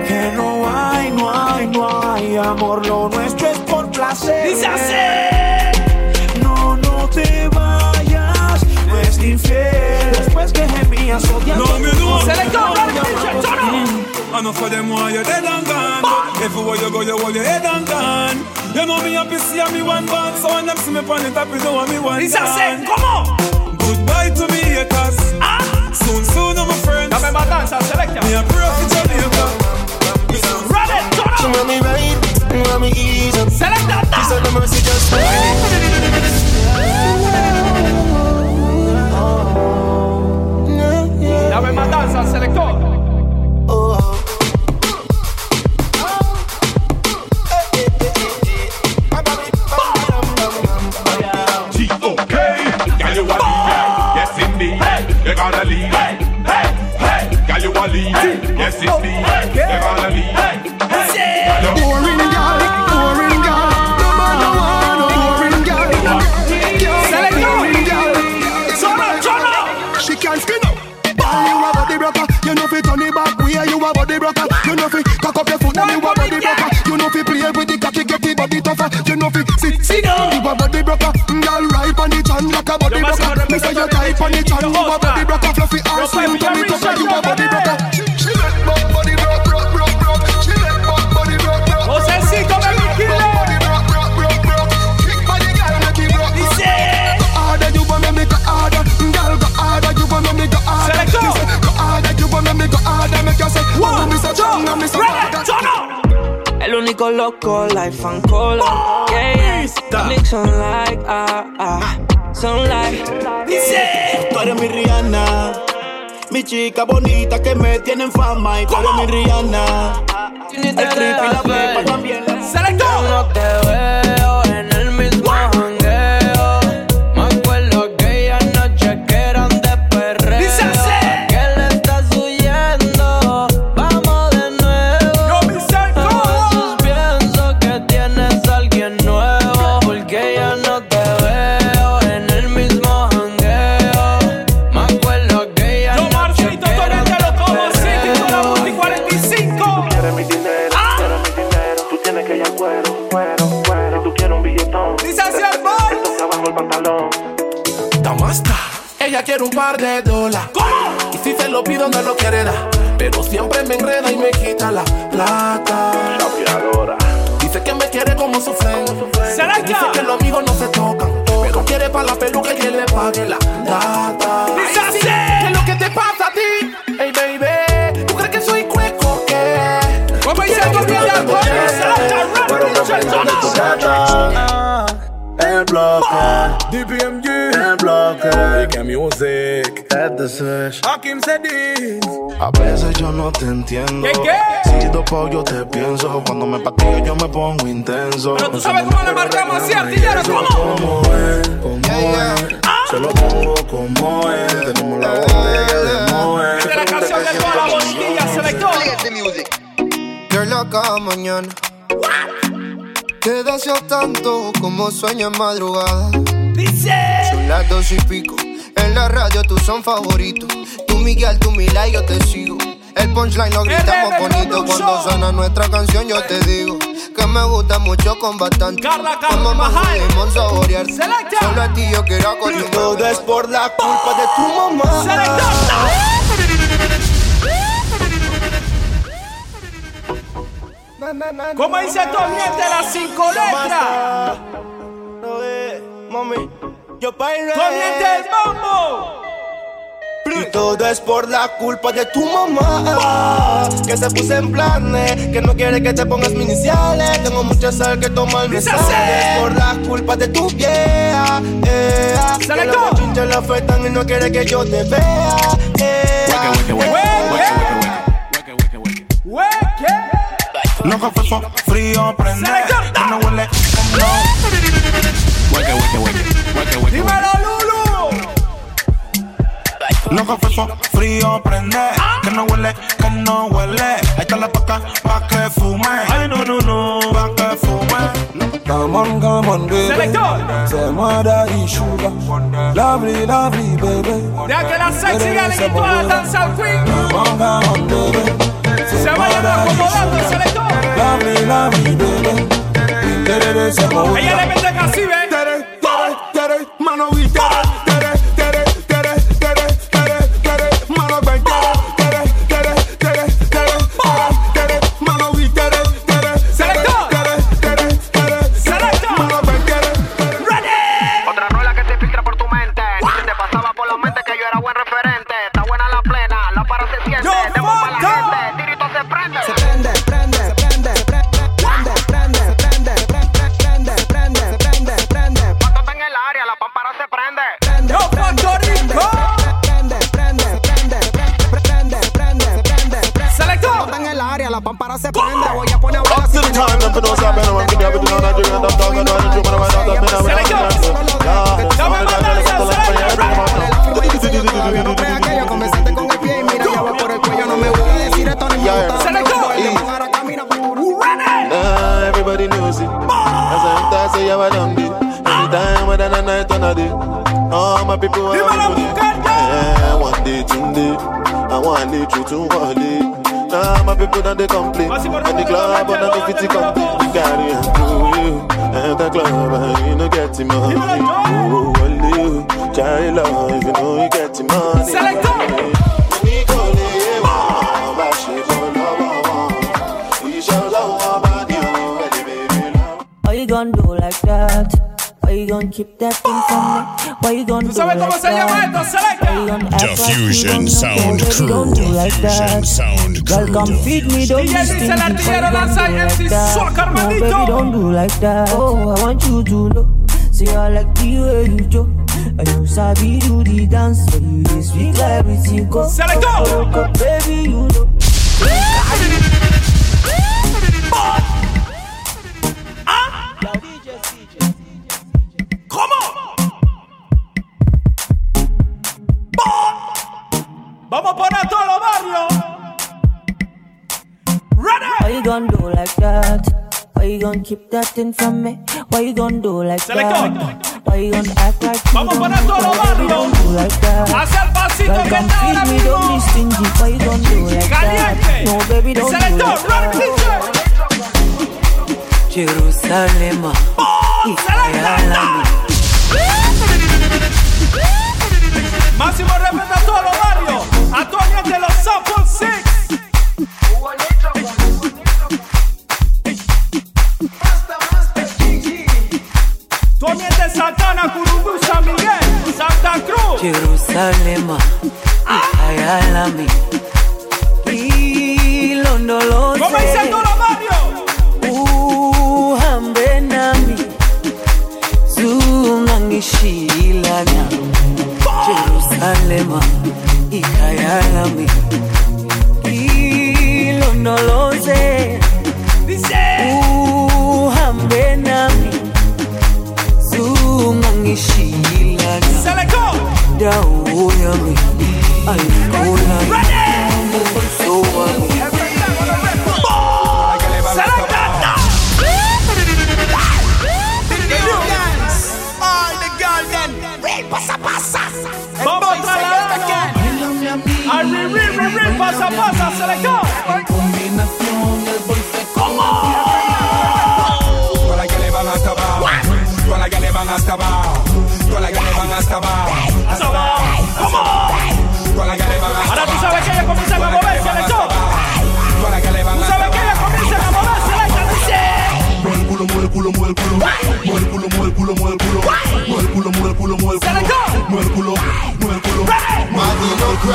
S3: Que no hay, no hay, no hay amor, lo nuestro es por placer.
S34: Dice
S3: No, no te vayas, no es infiel. Después que gemías odiando.
S35: Non mais non
S3: Selector,
S35: Non,
S3: Richard, turn up.
S35: Enough of them want your dead and gone Everywhere you go you hold your head and gone You know me happy see me one band So when them see me pon the top you know me one
S34: It's a
S35: dance.
S34: sin, come on.
S35: Goodbye to me haters
S34: Ah!
S35: Soon soon I'm a friend Now me my dancer selector Me a pro for Jamaica
S34: Run it, turn up.
S3: want me right, you want me easy.
S34: Select that.
S3: This is the mercy just for
S34: Dame más danza al selector.
S11: G.O.K. Girl, you a leader. Yes, indeed. You're gonna lead. Hey, hey, hey. Girl, you a leader. Yes,
S8: oh,
S11: indeed. You're gonna lead.
S34: Boring girl, boring girl. Number one, boring girl. Selector.
S8: She can't skin up. Boy, you a body broker. You know fi turn it back way. You a body broker. You know fi cock up your foot and you a body broker. You know fi play with the cocky, get the body tougher. You know fi sit sit down. You a body broker. Girl, ripe on the chan like a body broker. Me say you type on the chan. You a body broker. Fluffy ass, you tummy tucker. You a body broker. She make my body broke, broke, broke, broke. She make my body broke, broke, broke.
S34: Josécito,
S8: She
S34: baby
S8: make
S34: killer.
S8: my body broke, broke, broke, broke. Kick body, girl, make it broke, broke, broke. Harder, you want me make it harder. Girl, go harder, you want me make it harder.
S34: Selector.
S8: Me say, Go harder, you want me make it harder. Make yourself one, two, ready, turn up.
S36: El único loco, life and cola. Yeah, yeah. Connection like ah ah. Sunlight.
S5: Dice, tú eres mi Rihanna, mi chica bonita que me tiene en fama y tú eres mi Rihanna. El creep y la pepa también.
S34: Selector.
S36: No te veo en el mismo jangueo. Me acuerdo que ya noche que eran de perreo. Que le estás huyendo. Vamos de nuevo. No me A veces pienso que tienes a alguien nuevo. Porque ya no te veo en el mismo jangueo. Me acuerdo que ya noche que eran de perreo.
S23: Quieres mi dinero, quieres mi dinero. Tú tienes que ir al cuero, cuero, cuero. Si tú quieres un billetón,
S34: Dice así al
S23: entonces abajo el pantalón.
S5: Damasta, ella quiere un par de dólares. Y si se lo pido, no lo quiere dar. Pero siempre me enreda y me quita la plata. Dice que me quiere como su friend. Dice que los amigos no se tocan. Pero quiere para la peluca y que le pague la data. Dice así. ¿Qué es lo que te pasa a ti? Hey, baby. ¿Tú crees que soy cueco o qué?
S34: ¿Cómo dice el gobierno? ¿Cómo dice la
S5: Pero no me mandes tu
S34: Ah,
S20: El bloque. DPMG. El bloque. DK Music. Ed The Search.
S35: Hakim Sedis
S20: A veces yo no te entiendo.
S35: ¿Qué,
S20: Si dopo yo te pienso. Cuando me patillo yo me pongo intenso. Pero
S35: tú sabes cómo le marcamos así,
S20: artillero,
S35: ¿cómo?
S20: Como es, como es. Se lo pongo como es. Tenemos la botella de Moe.
S34: la canción de toda la boquilla, selector.
S15: Yo la cada mañana. Te deseo tanto como sueño en madrugada. Son las dos y pico. En la radio tú son favoritos. Tú Miguel, tú Mila y yo te sigo. El punchline lo gritamos
S34: RR
S15: bonito. Cuando
S34: Producción.
S15: suena nuestra canción yo te digo. Que me gusta mucho con bastante. Carla, Carla, limón saborear. Solo a ti yo quiero acostumbrar. Todo es por la culpa de tu mamá.
S34: ¿Cómo dice todo bien de las cinco letras?
S23: Mami, yo bailé.
S34: ¡Comiente el bombo!
S23: Y todo es por la culpa de tu mamá Que te puse en planes Que no quiere que te pongas mis iniciales Tengo mucha sal que tomar me
S34: Dice
S23: sale
S34: así.
S23: Por la culpa de tu vieja eh, ah. Que los bochinches la ofertan y no quiere que yo te vea eh, ah, eh.
S35: Lo que fue fue frío prende Ya no huele
S34: ¡Dímelo, Lulu!
S35: Lo que fue fue frío prende Que no huele
S37: que no huele. Ahí está la paca pa' que fume. Ay, no, no, no, pa' que fume.
S5: Come on, come on, baby.
S37: Selector.
S5: Se muera y sugar. Lovely, lovely, baby.
S3: Deja que la sexy gale que tú hagas danza al queen.
S5: Come on, come on, baby. Se,
S3: vayan acomodando,
S5: selector. Lovely, lovely, baby. Tereré, se muera.
S3: Ella le mete casi, ¿ves?
S38: Tere, tere, tere, mano y tere, tere, tere, tere, tere, tere, tere, mano ven, tere, tere, tere, tere, tere, tere, tere, mano y tere, tere, tere, tere, tere, tere, tere, mano ven, tere.
S15: Otra rola que se filtra por tu mente. Ni Te pasaba por la mente que yo era buen referente. Está buena la plena, la para se siente. Demo pa' la gente, tirito se prende. Se prende, prende, se prende, se prende. Prende, prende, se prende, se prende, se prende, se prende, se prende. Cuando está en el área, la pámpara se prende. Prende,
S3: ¡Yo, Puerto Rico!
S15: prende, prende, se prende, se prende, se prende, se prende, se prende.
S3: Selector.
S15: Cuando está en el área, la pámpara se prende. Voy a poner
S39: Up to the time, and for those I've been around, I've been around, I've been around, I've been around, I've been around, I've been around, I've been around.
S20: Nah, everybody knows it. As I enter, say I was done it. Anytime, whether na night or na day, all my people are on it. Yeah, one day, two day, I want to through to one day. Now my people don't they complain. And the club on the fifty complain. You got it, do you? At the club, and you no get the money. Oh, well, you carry love, you know you get the money. We call it, oh, my shit, oh, love, oh, oh. We shall love, oh, my dear, oh, baby, baby.
S10: Why you gonna do like that? Why you gonna keep that thing from me? Why you gonna do like
S3: sabes cómo se llama esto,
S10: that? Why you gonna act like you
S2: Diffusion
S10: don't know,
S2: Sound
S10: baby,
S2: Crew.
S10: don't do like
S2: Diffusion
S10: that.
S2: Sound
S10: Girl,
S2: Crew.
S10: come feed me, don't
S3: DJ
S10: be
S3: dice el
S10: stingy,
S3: artillero,
S10: boy, don't
S3: lanza
S10: do
S3: el
S10: like that.
S3: soccer,
S10: No, baby,
S3: maldito.
S10: don't do like that. Oh, I want you to know. See, I like the way you do. And you sabi do the dance, but you dey speak like everything go.
S3: Selector.
S10: Oh, oh, oh, baby, you know.
S3: ¿Cómo? Vamos a poner a todos los barrios.
S10: Why you gonna do like that? Why you gonna keep that thing from me? Why you gonna do like that? Why you gonna act like you
S3: Vamos
S10: don't
S3: para
S10: know?
S3: todos los
S10: Why you
S3: barrios.
S10: gonna do like that?
S3: Hacia el pasito
S10: Girl,
S3: que
S10: come
S3: está
S10: feed
S3: ahora
S10: me, don't be
S3: mismo.
S10: stingy. Why you gonna do like
S3: Caliente.
S10: that? No, baby, don't do
S3: Selector,
S10: like
S3: run it,
S10: that.
S40: Jerusalema.
S3: Máximo respeto a todos los barrios. A todos los de los Sample Six. Toñez de Santana, Curubú, San Miguel, Santa Cruz.
S40: Jerusalema. Ayalami. Hilo no lo sé. Uh,
S3: ¿Cómo dice todo los barrios?
S40: Uhambe nami. Zungangishilana. Jerusalema. Ikayalami. Hilo no lo sé.
S3: Dice.
S40: Uhambe nami. Zungangishilana.
S3: Se le go.
S40: Dawu yami. Ayikho nami. So wami.
S3: Vamos a trasladarnos. Al rin, rin, rin, rin, pasa, pasa, se le go.
S41: Todas las que le van hasta abajo. Todas las que le van hasta abajo. Todas las que le van hasta abajo. Hasta abajo. Todas las que le van hasta
S3: Ahora tú sabes que ellas comienzan a moverse, le go.
S41: Todas las que le van
S3: Tú
S41: hasta
S3: sabes que ellas comienzan a moverse, le go. Dice.
S20: Mueve el culo, mueve el culo, mueve el culo. Mueve el culo, mueve el culo, mueve el culo. Mueve el culo, mueve el culo, mueve el
S3: Se le
S20: culo.
S3: go.
S20: Mueve el culo, mueve el culo.
S8: Mati, no cry. Climb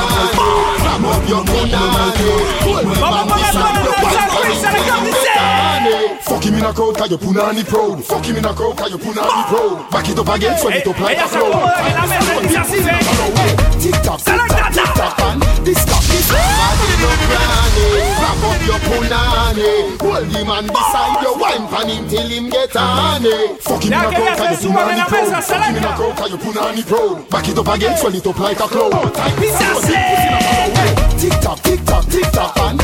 S8: up your punani.
S3: Vamos a poner todas las danzas al queen, se le go. Dice.
S20: Fuck him in a crowd, cause your punani proud. Fuck him in a crowd, cause your punani proud. Back it up again, swell it up like
S3: Ella
S20: a
S3: se
S20: flow.
S3: acomoda en la mesa y dice así, ve.
S20: Tick tock, tick tock, tick tock, and this tock, this tock.
S8: Mati, no cry. Wrap up your punani. Hold the man beside you. Wine pan him till him get honey.
S20: Fuck him in
S8: Ya
S20: a
S8: que
S20: crowd,
S8: ya se
S20: cause your
S8: suban en
S20: punani
S8: la mesa,
S20: proud. Fuck him in a
S8: selecta.
S20: crowd, cause your punani proud. Back it Oh, up again, swell it up like a flow.
S8: Tick tock, tick tock, tick tock, and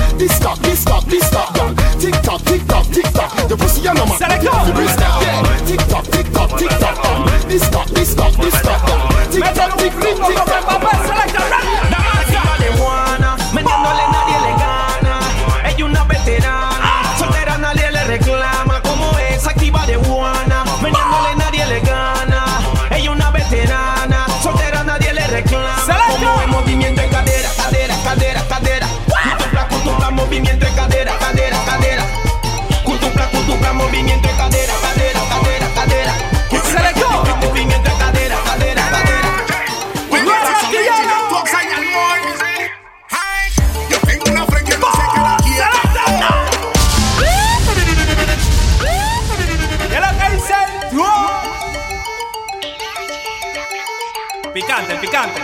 S3: traficante.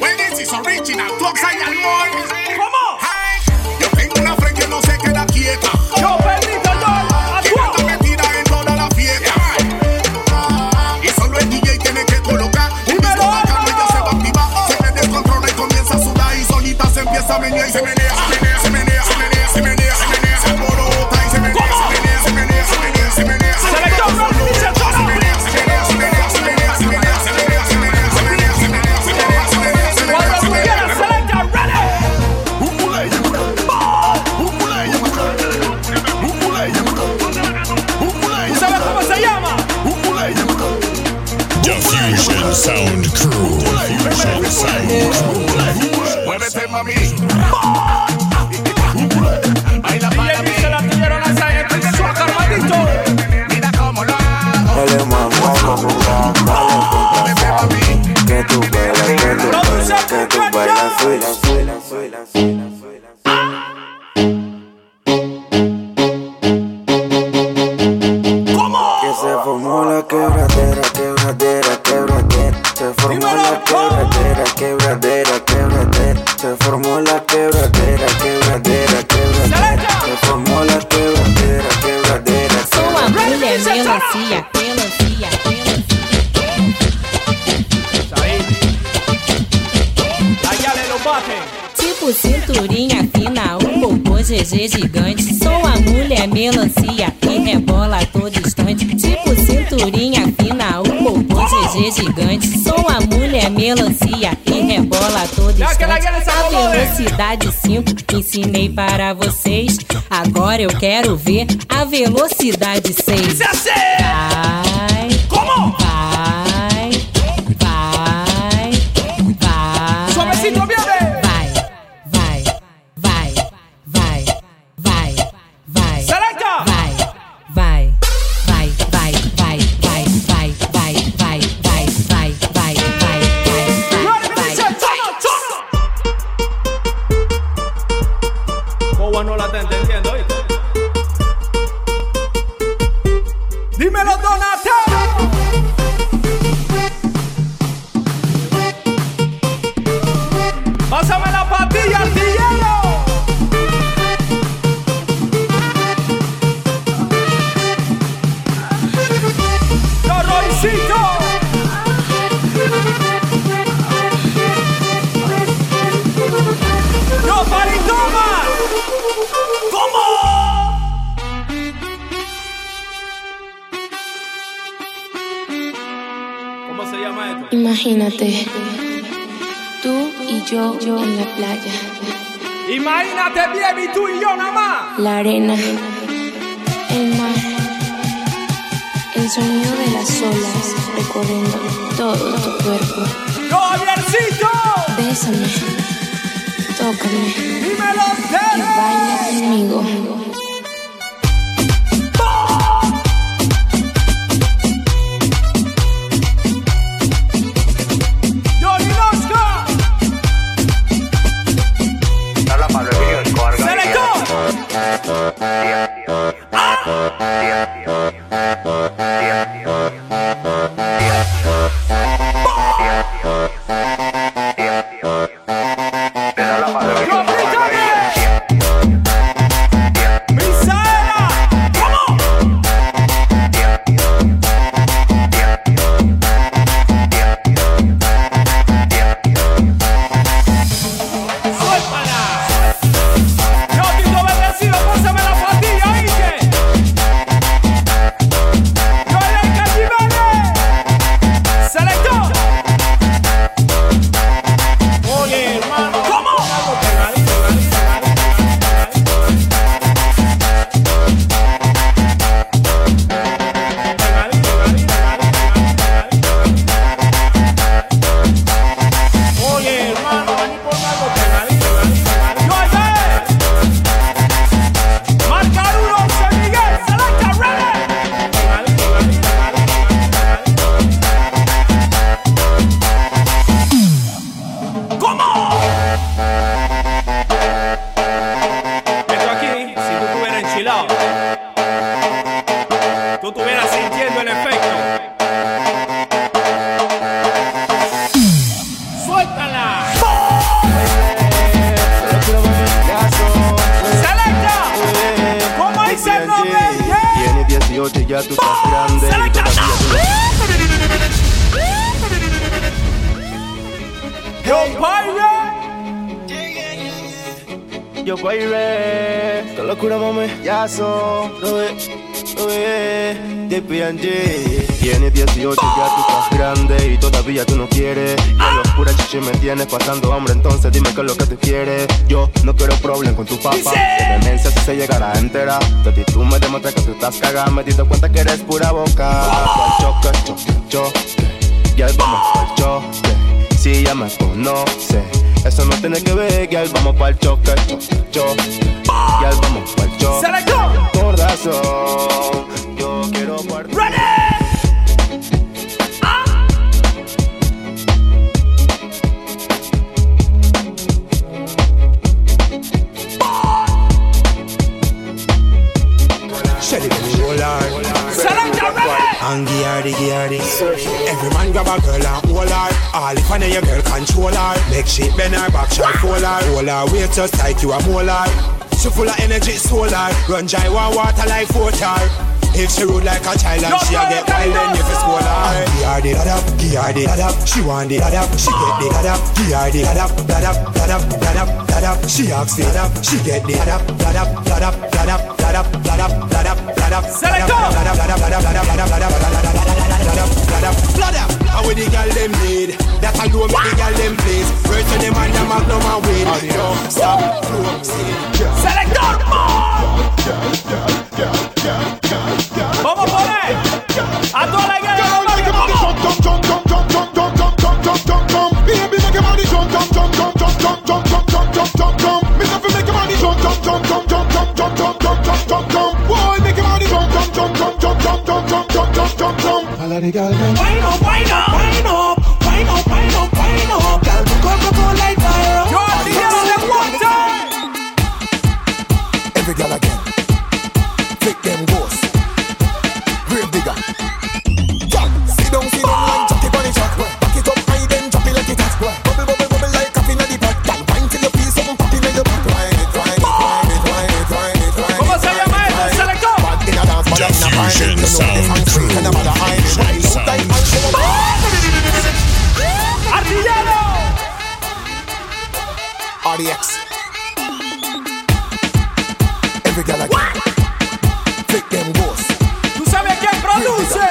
S5: When this is original, tú oxayas al
S3: ¿Cómo?
S5: Yo tengo una frente que no se queda quieta.
S3: Yo, perrito, yo,
S5: Que no está metida en toda la fiesta. Y solo el DJ tiene que colocar. Un disco bacano, ella se va a activar. Se me descontrola y comienza a sudar. Y solita se empieza a menear y se menea. Se menea, se menea, se menea, se menea, se menea. Se alborota y se menea, se menea, se menea, se menea, se menea. Se menea, se menea, se menea, se menea, se menea, se menea, se menea.
S3: ¿Tú sabes cómo se llama?
S2: Diffusion Sound Crew. Diffusion Sound Crew.
S5: Muévete, mami.
S3: Baila para mí. Se la tuvieron a esa gente. Suaca, maldito. Mira cómo lo
S42: Dale mamá como un gato, que tú bailas, que tú bailas, que tú bailas, suela, suela, suela, suela, suela. Que se formó la quebradera, quebradera, quebradera. Se formó la quebradera, quebradera, quebradera. Se formó la quebradera, quebradera, quebradera. Se formó la quebradera, quebradera,
S4: Sua
S42: quebradera.
S4: bunda é melancia, melancia,
S3: Allá le lo bajen.
S4: Tipo cinturinha fina, um bombom GG gigante. Sou a mulher melancia e rebola a todo instante. Tipo cinturinha fina, um bombom GG gigante. Sou a mulher melancia e rebola a todo
S3: Dá aquela
S4: instante.
S3: guerra nessa
S4: A
S3: bola, hein?
S4: velocidade 5 ensinei para vocês. Agora eu quero ver a velocidade 6. Vai,
S3: Como?
S4: vai, vai, vai.
S3: Suavecito, viene.
S4: Vai, vai, vai, vai, vai, vai.
S3: Selecta.
S4: Vai, vai, vai, vai, vai, vai, vai, vai, vai, vai, vai, vai, vai, vai, vai, vai.
S3: Boba no la está entendiendo, ¿oíste? Dímelo, Donatello. Pásame la patilla, artillero. ¡Torroicito! ¡No, paritoma! ¿Cómo? ¿Cómo se llama esto?
S1: Imagínate, tú y yo, yo en la playa,
S3: Imagínate, baby, tú y yo nada más.
S1: la arena, el mar, el sonido de las olas recorriendo todo tu cuerpo.
S3: ¡Javiercito!
S1: Bésame, tócame
S3: ¡Dímelo,
S1: y baila conmigo.
S3: ¡Johnny Nosca!
S7: Habla Pablo Emilio Escobar Gaviria.
S3: ¡Yo, Britney!
S7: Ah.
S23: ya tú estás grande. y todavía tú no-
S3: Yo Byron.
S23: Yo baby, qué locura mami, ya son, lo ve, lo ve, de P&G Tienes 18, ya tú estás grande y todavía tú no quieres Qué locura chichi me tienes pasando hambre, entonces dime qué es lo que tú quieres Yo no quiero problem con tu papá, de demencia si se llegara entera De ti tú me demuestras que tú estás cagada, me di cuenta que eres pura boca Pa'l choque, choque, choque, ya vamos pa'l choque si ya me conoce. Eso no tiene que ver, girl, vamos pa'l choque, choque, choque. Girl, vamos pa'l choque. Corazón, yo quiero par-
S5: Shelly baby, hold on. Angie Hardy, Gee Hardy. Every man grab a girl and hold her. All if I know your girl control her. Make she bend her back, shall fall her. Hold her weight just tight, you a molar. She full of energy, solar. Run dry, one water like water. If she rude like a child and she a get wild, then you fi spoil her. Give her the dad up, give her the dad up. She want the dad up, she get the dad up. Give her the dad up, dad up, dad up, dad up, dad up. She ask the dad up, she get the dad up, dad up, dad up, dad up, dad up, dad up, dad up, dad up. Select up. And with the girl them need That alone make the girl them please First to them and them magnum and weed Don't stop, don't stop Selector
S3: Vamos a poner a toda la guerra.
S5: Every girl again. Flick them goals. Grave digger. Girl, sit down, sit down like jockey on the track. Back it up high, then drop it like a cat. Bubble, bubble, bubble like coffee in the pot. Girl, wine till you feel something popping in your back. Wine it, wine it, wine it, wine it, wine it, wine it.
S3: ¿Cómo se llama eso? Selector.
S5: Bad in a dance, bad in a wine. You know this song sweet and a mother high. Wine out like man, show 'em. RDX. Every girl I get. Flick them goals.
S3: ¿Tú sabes quién produce?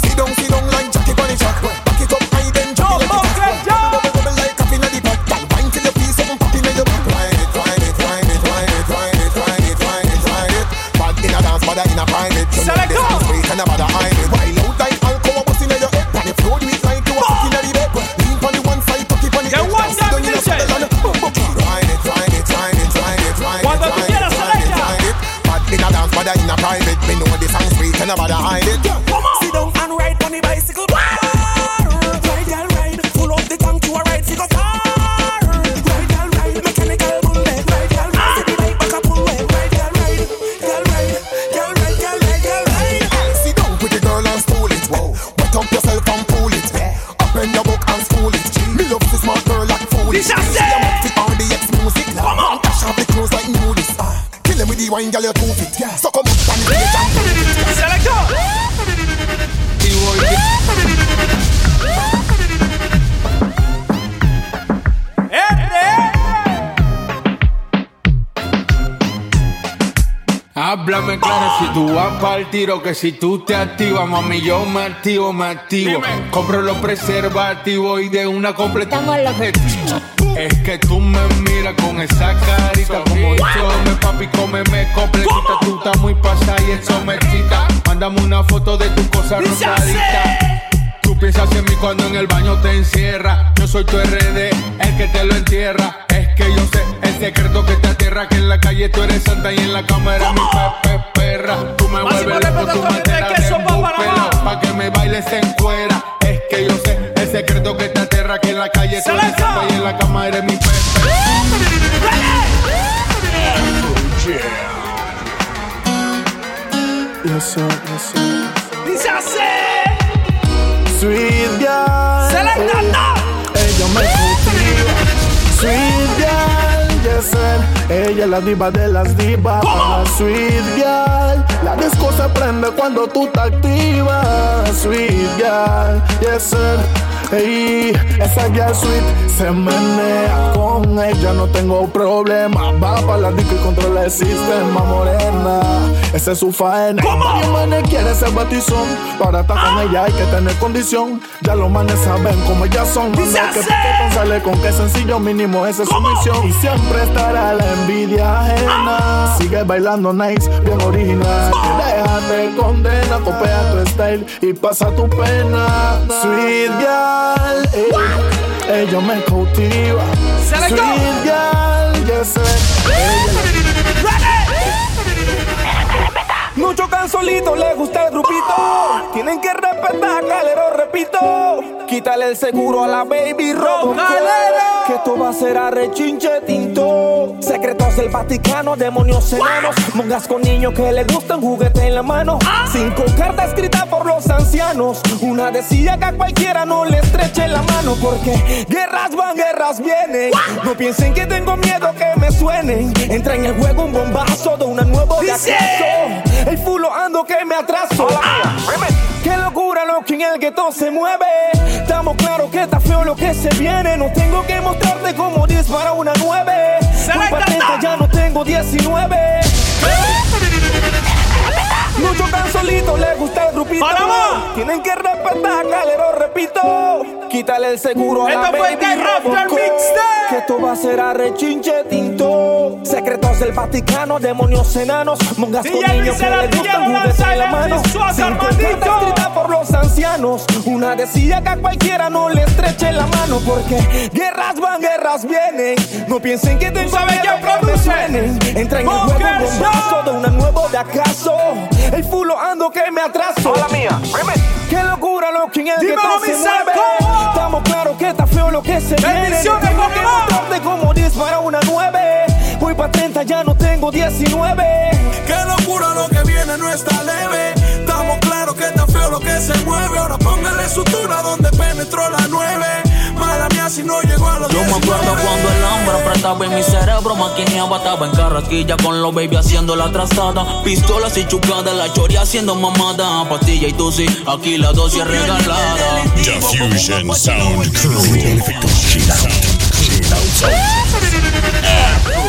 S5: Sit down, sit down like Jackie Bunny Jack. Back it up high then drop it like a cat. Bubble, bubble, bubble like coffee in the pot. Girl, wine till you feel something popping in your back. Wine it, wine it, wine it, wine it, wine it, wine it, wine it, wine it. Bad in a dance, bad in a private. You know
S3: Select
S5: this
S3: up.
S5: is sweet and a mother hide it. Wild out like alcohol, what's in your head? On the floor, do it like you a fucking in the bed. Lean on the one side, tuck it on the edge. Down, sit down, you know, settle down. Boom, boom, boom. Wine it, wine it, wine it, wine it, wine it,
S3: Cuando tú
S5: wine it,
S3: quieras,
S5: wine it,
S3: Selecta.
S5: wine it. Bad in a dance, bad in a private. Me know this song sweet and a mother hide it.
S43: Sit down and ride on the bicycle bar. Ride, girl, ride. Full up the tank to a ride, figure far. Ride, girl, ride. Mechanical bullet. Ride, girl, ride. Sit the bike back up, pull it. Ride, girl, ride. Girl, ride. Girl, ride, girl, ride, girl, ride.
S5: Sit down with the girl and spool it. Whoa. Wet up yourself and pull it. Open your book and school it. Me love this smart girl like foolish.
S43: This a
S5: She
S43: say.
S5: a must fit all the X music. Come on. Dash off the clothes like nudies. Ah. Kill him with the wine, girl, you two fit. Yeah. So come on, stand in the jam.
S3: Selector.
S8: Háblame claro si tú vas para el tiro, que si tú te activas, mami, yo me activo, me activo. Compro los preservativos y de una completamos el objetivo. Es que tú me miras con esa carita, como me papi, cómeme completita. Tú estás muy pasada y eso me excita. Mándame una foto de tu cosa
S44: Dice así.
S8: rosadita. Tú piensas en mí cuando en el baño te encierra. Yo soy tu RD, el que te lo entierra. Es que yo sé el secreto que te aterra. Que en la calle tú eres santa y en la cámara eres mi pepe perra. Tú me vuelves loco, tú me enteras de pelo. Pa' que me bailes en cuera. Es que yo sé el secreto que te aterra. Que en la calle tú eres santa y en la cama eres mi pepe.
S5: Yes, sir. Yes, sir.
S3: Dice así.
S5: Sweet girl.
S3: Selecta, no.
S5: Ella me motiva. Sweet girl, yes, sir. Ella
S11: ella es la diva de las divas. Ah, Sweet girl, la disco se prende cuando tú te activas. Sweet girl, yes sir. Ey, esa girl sweet se menea con ella, no tengo problema. Va para la disco y controla el sistema, morena. Esa es su faena. Varios manes quieren ser batizón. Para estar con ella hay que tener condición. Ya los manes saben cómo ellas son. Manes que piquetón sale con qué sencillo mínimo, esa es su misión. Y siempre estará la envidia ajena.
S45: Ah.
S11: Sigue bailando nice, bien original. Déjate condena, copia tu style y pasa tu pena. Sweet girl, ey, ella me cautiva.
S45: Se le
S11: Sweet
S45: go.
S11: girl, yes, sir.
S3: E. Muchos cansolitos le gusta el grupito. Tienen que respetar, calero, repito. Quítale el seguro a la baby robo. Que esto va a ser arrechinche tinto. Secretos del Vaticano, demonios enanos. Mongas con niños que le gustan juguete en la mano. Cinco cartas escritas por los ancianos. Una decía que a cualquiera no le estreche la mano. Porque guerras van, guerras vienen. No piensen que tengo miedo que me suenen. Entra en el juego un bombazo de una nueva de
S45: Dice.
S3: acaso. El fulo ando que me atraso. Ah. Qué locura lo que en el gueto se mueve. Estamos claros que está feo lo que se viene. No tengo que mostrarte cómo dispara una nueve. Muy patente, ya no tengo 19. Mucho tan solito le gusta el grupito. Tienen que respetar, calero, repito. Quítale el seguro a la
S45: Esto fue
S3: baby
S45: The Rafter
S3: Robocop. Que esto va a ser arrechinche tinto. Secretos del Vaticano, demonios enanos. Mongas con
S45: DJ
S3: niños
S45: Luis
S3: que le gustan
S45: Artillero,
S3: juguetes en la
S45: Lanza,
S3: mano.
S45: Lenny Suárez,
S3: Cinco
S45: Armandito.
S3: cartas escritas por los ancianos. Una decía que a cualquiera no le estreche la mano. Porque guerras van, guerras vienen. No piensen que tengo
S45: sabes
S3: miedo
S45: quién
S3: que me
S45: produce.
S3: suenen. Entra en el juego
S45: Bunker
S3: un bombazo de una nuevo de acaso. El fulo ando que me atraso.
S46: Hola, mía.
S3: Qué locura lo que en el
S45: Dímelo,
S3: gueto
S45: mi
S3: se mueve.
S45: saco.
S3: Estamos claros que está feo lo que se viene. No
S45: Bendiciones,
S3: tengo que
S45: Pokémon.
S3: mostrarte como dispara una 9. Voy pa' 30, ya no tengo 19.
S47: Qué locura lo que viene no está leve. Estamos claros que está feo lo que se mueve. Ahora póngale sutura donde penetró la nueve. Mala mía si no llegó a los
S5: Yo me acuerdo
S47: 19.
S5: cuando el hambre apretaba en mi cerebro, maquineaba, estaba en carraquilla con los baby haciendo la trazada. Pistolas y chucadas, la choria haciendo mamada. Pastilla y tusi, aquí la dosis es regalada.
S2: Diffusion Sound Crew. Diffusion Sound Crew.
S7: É.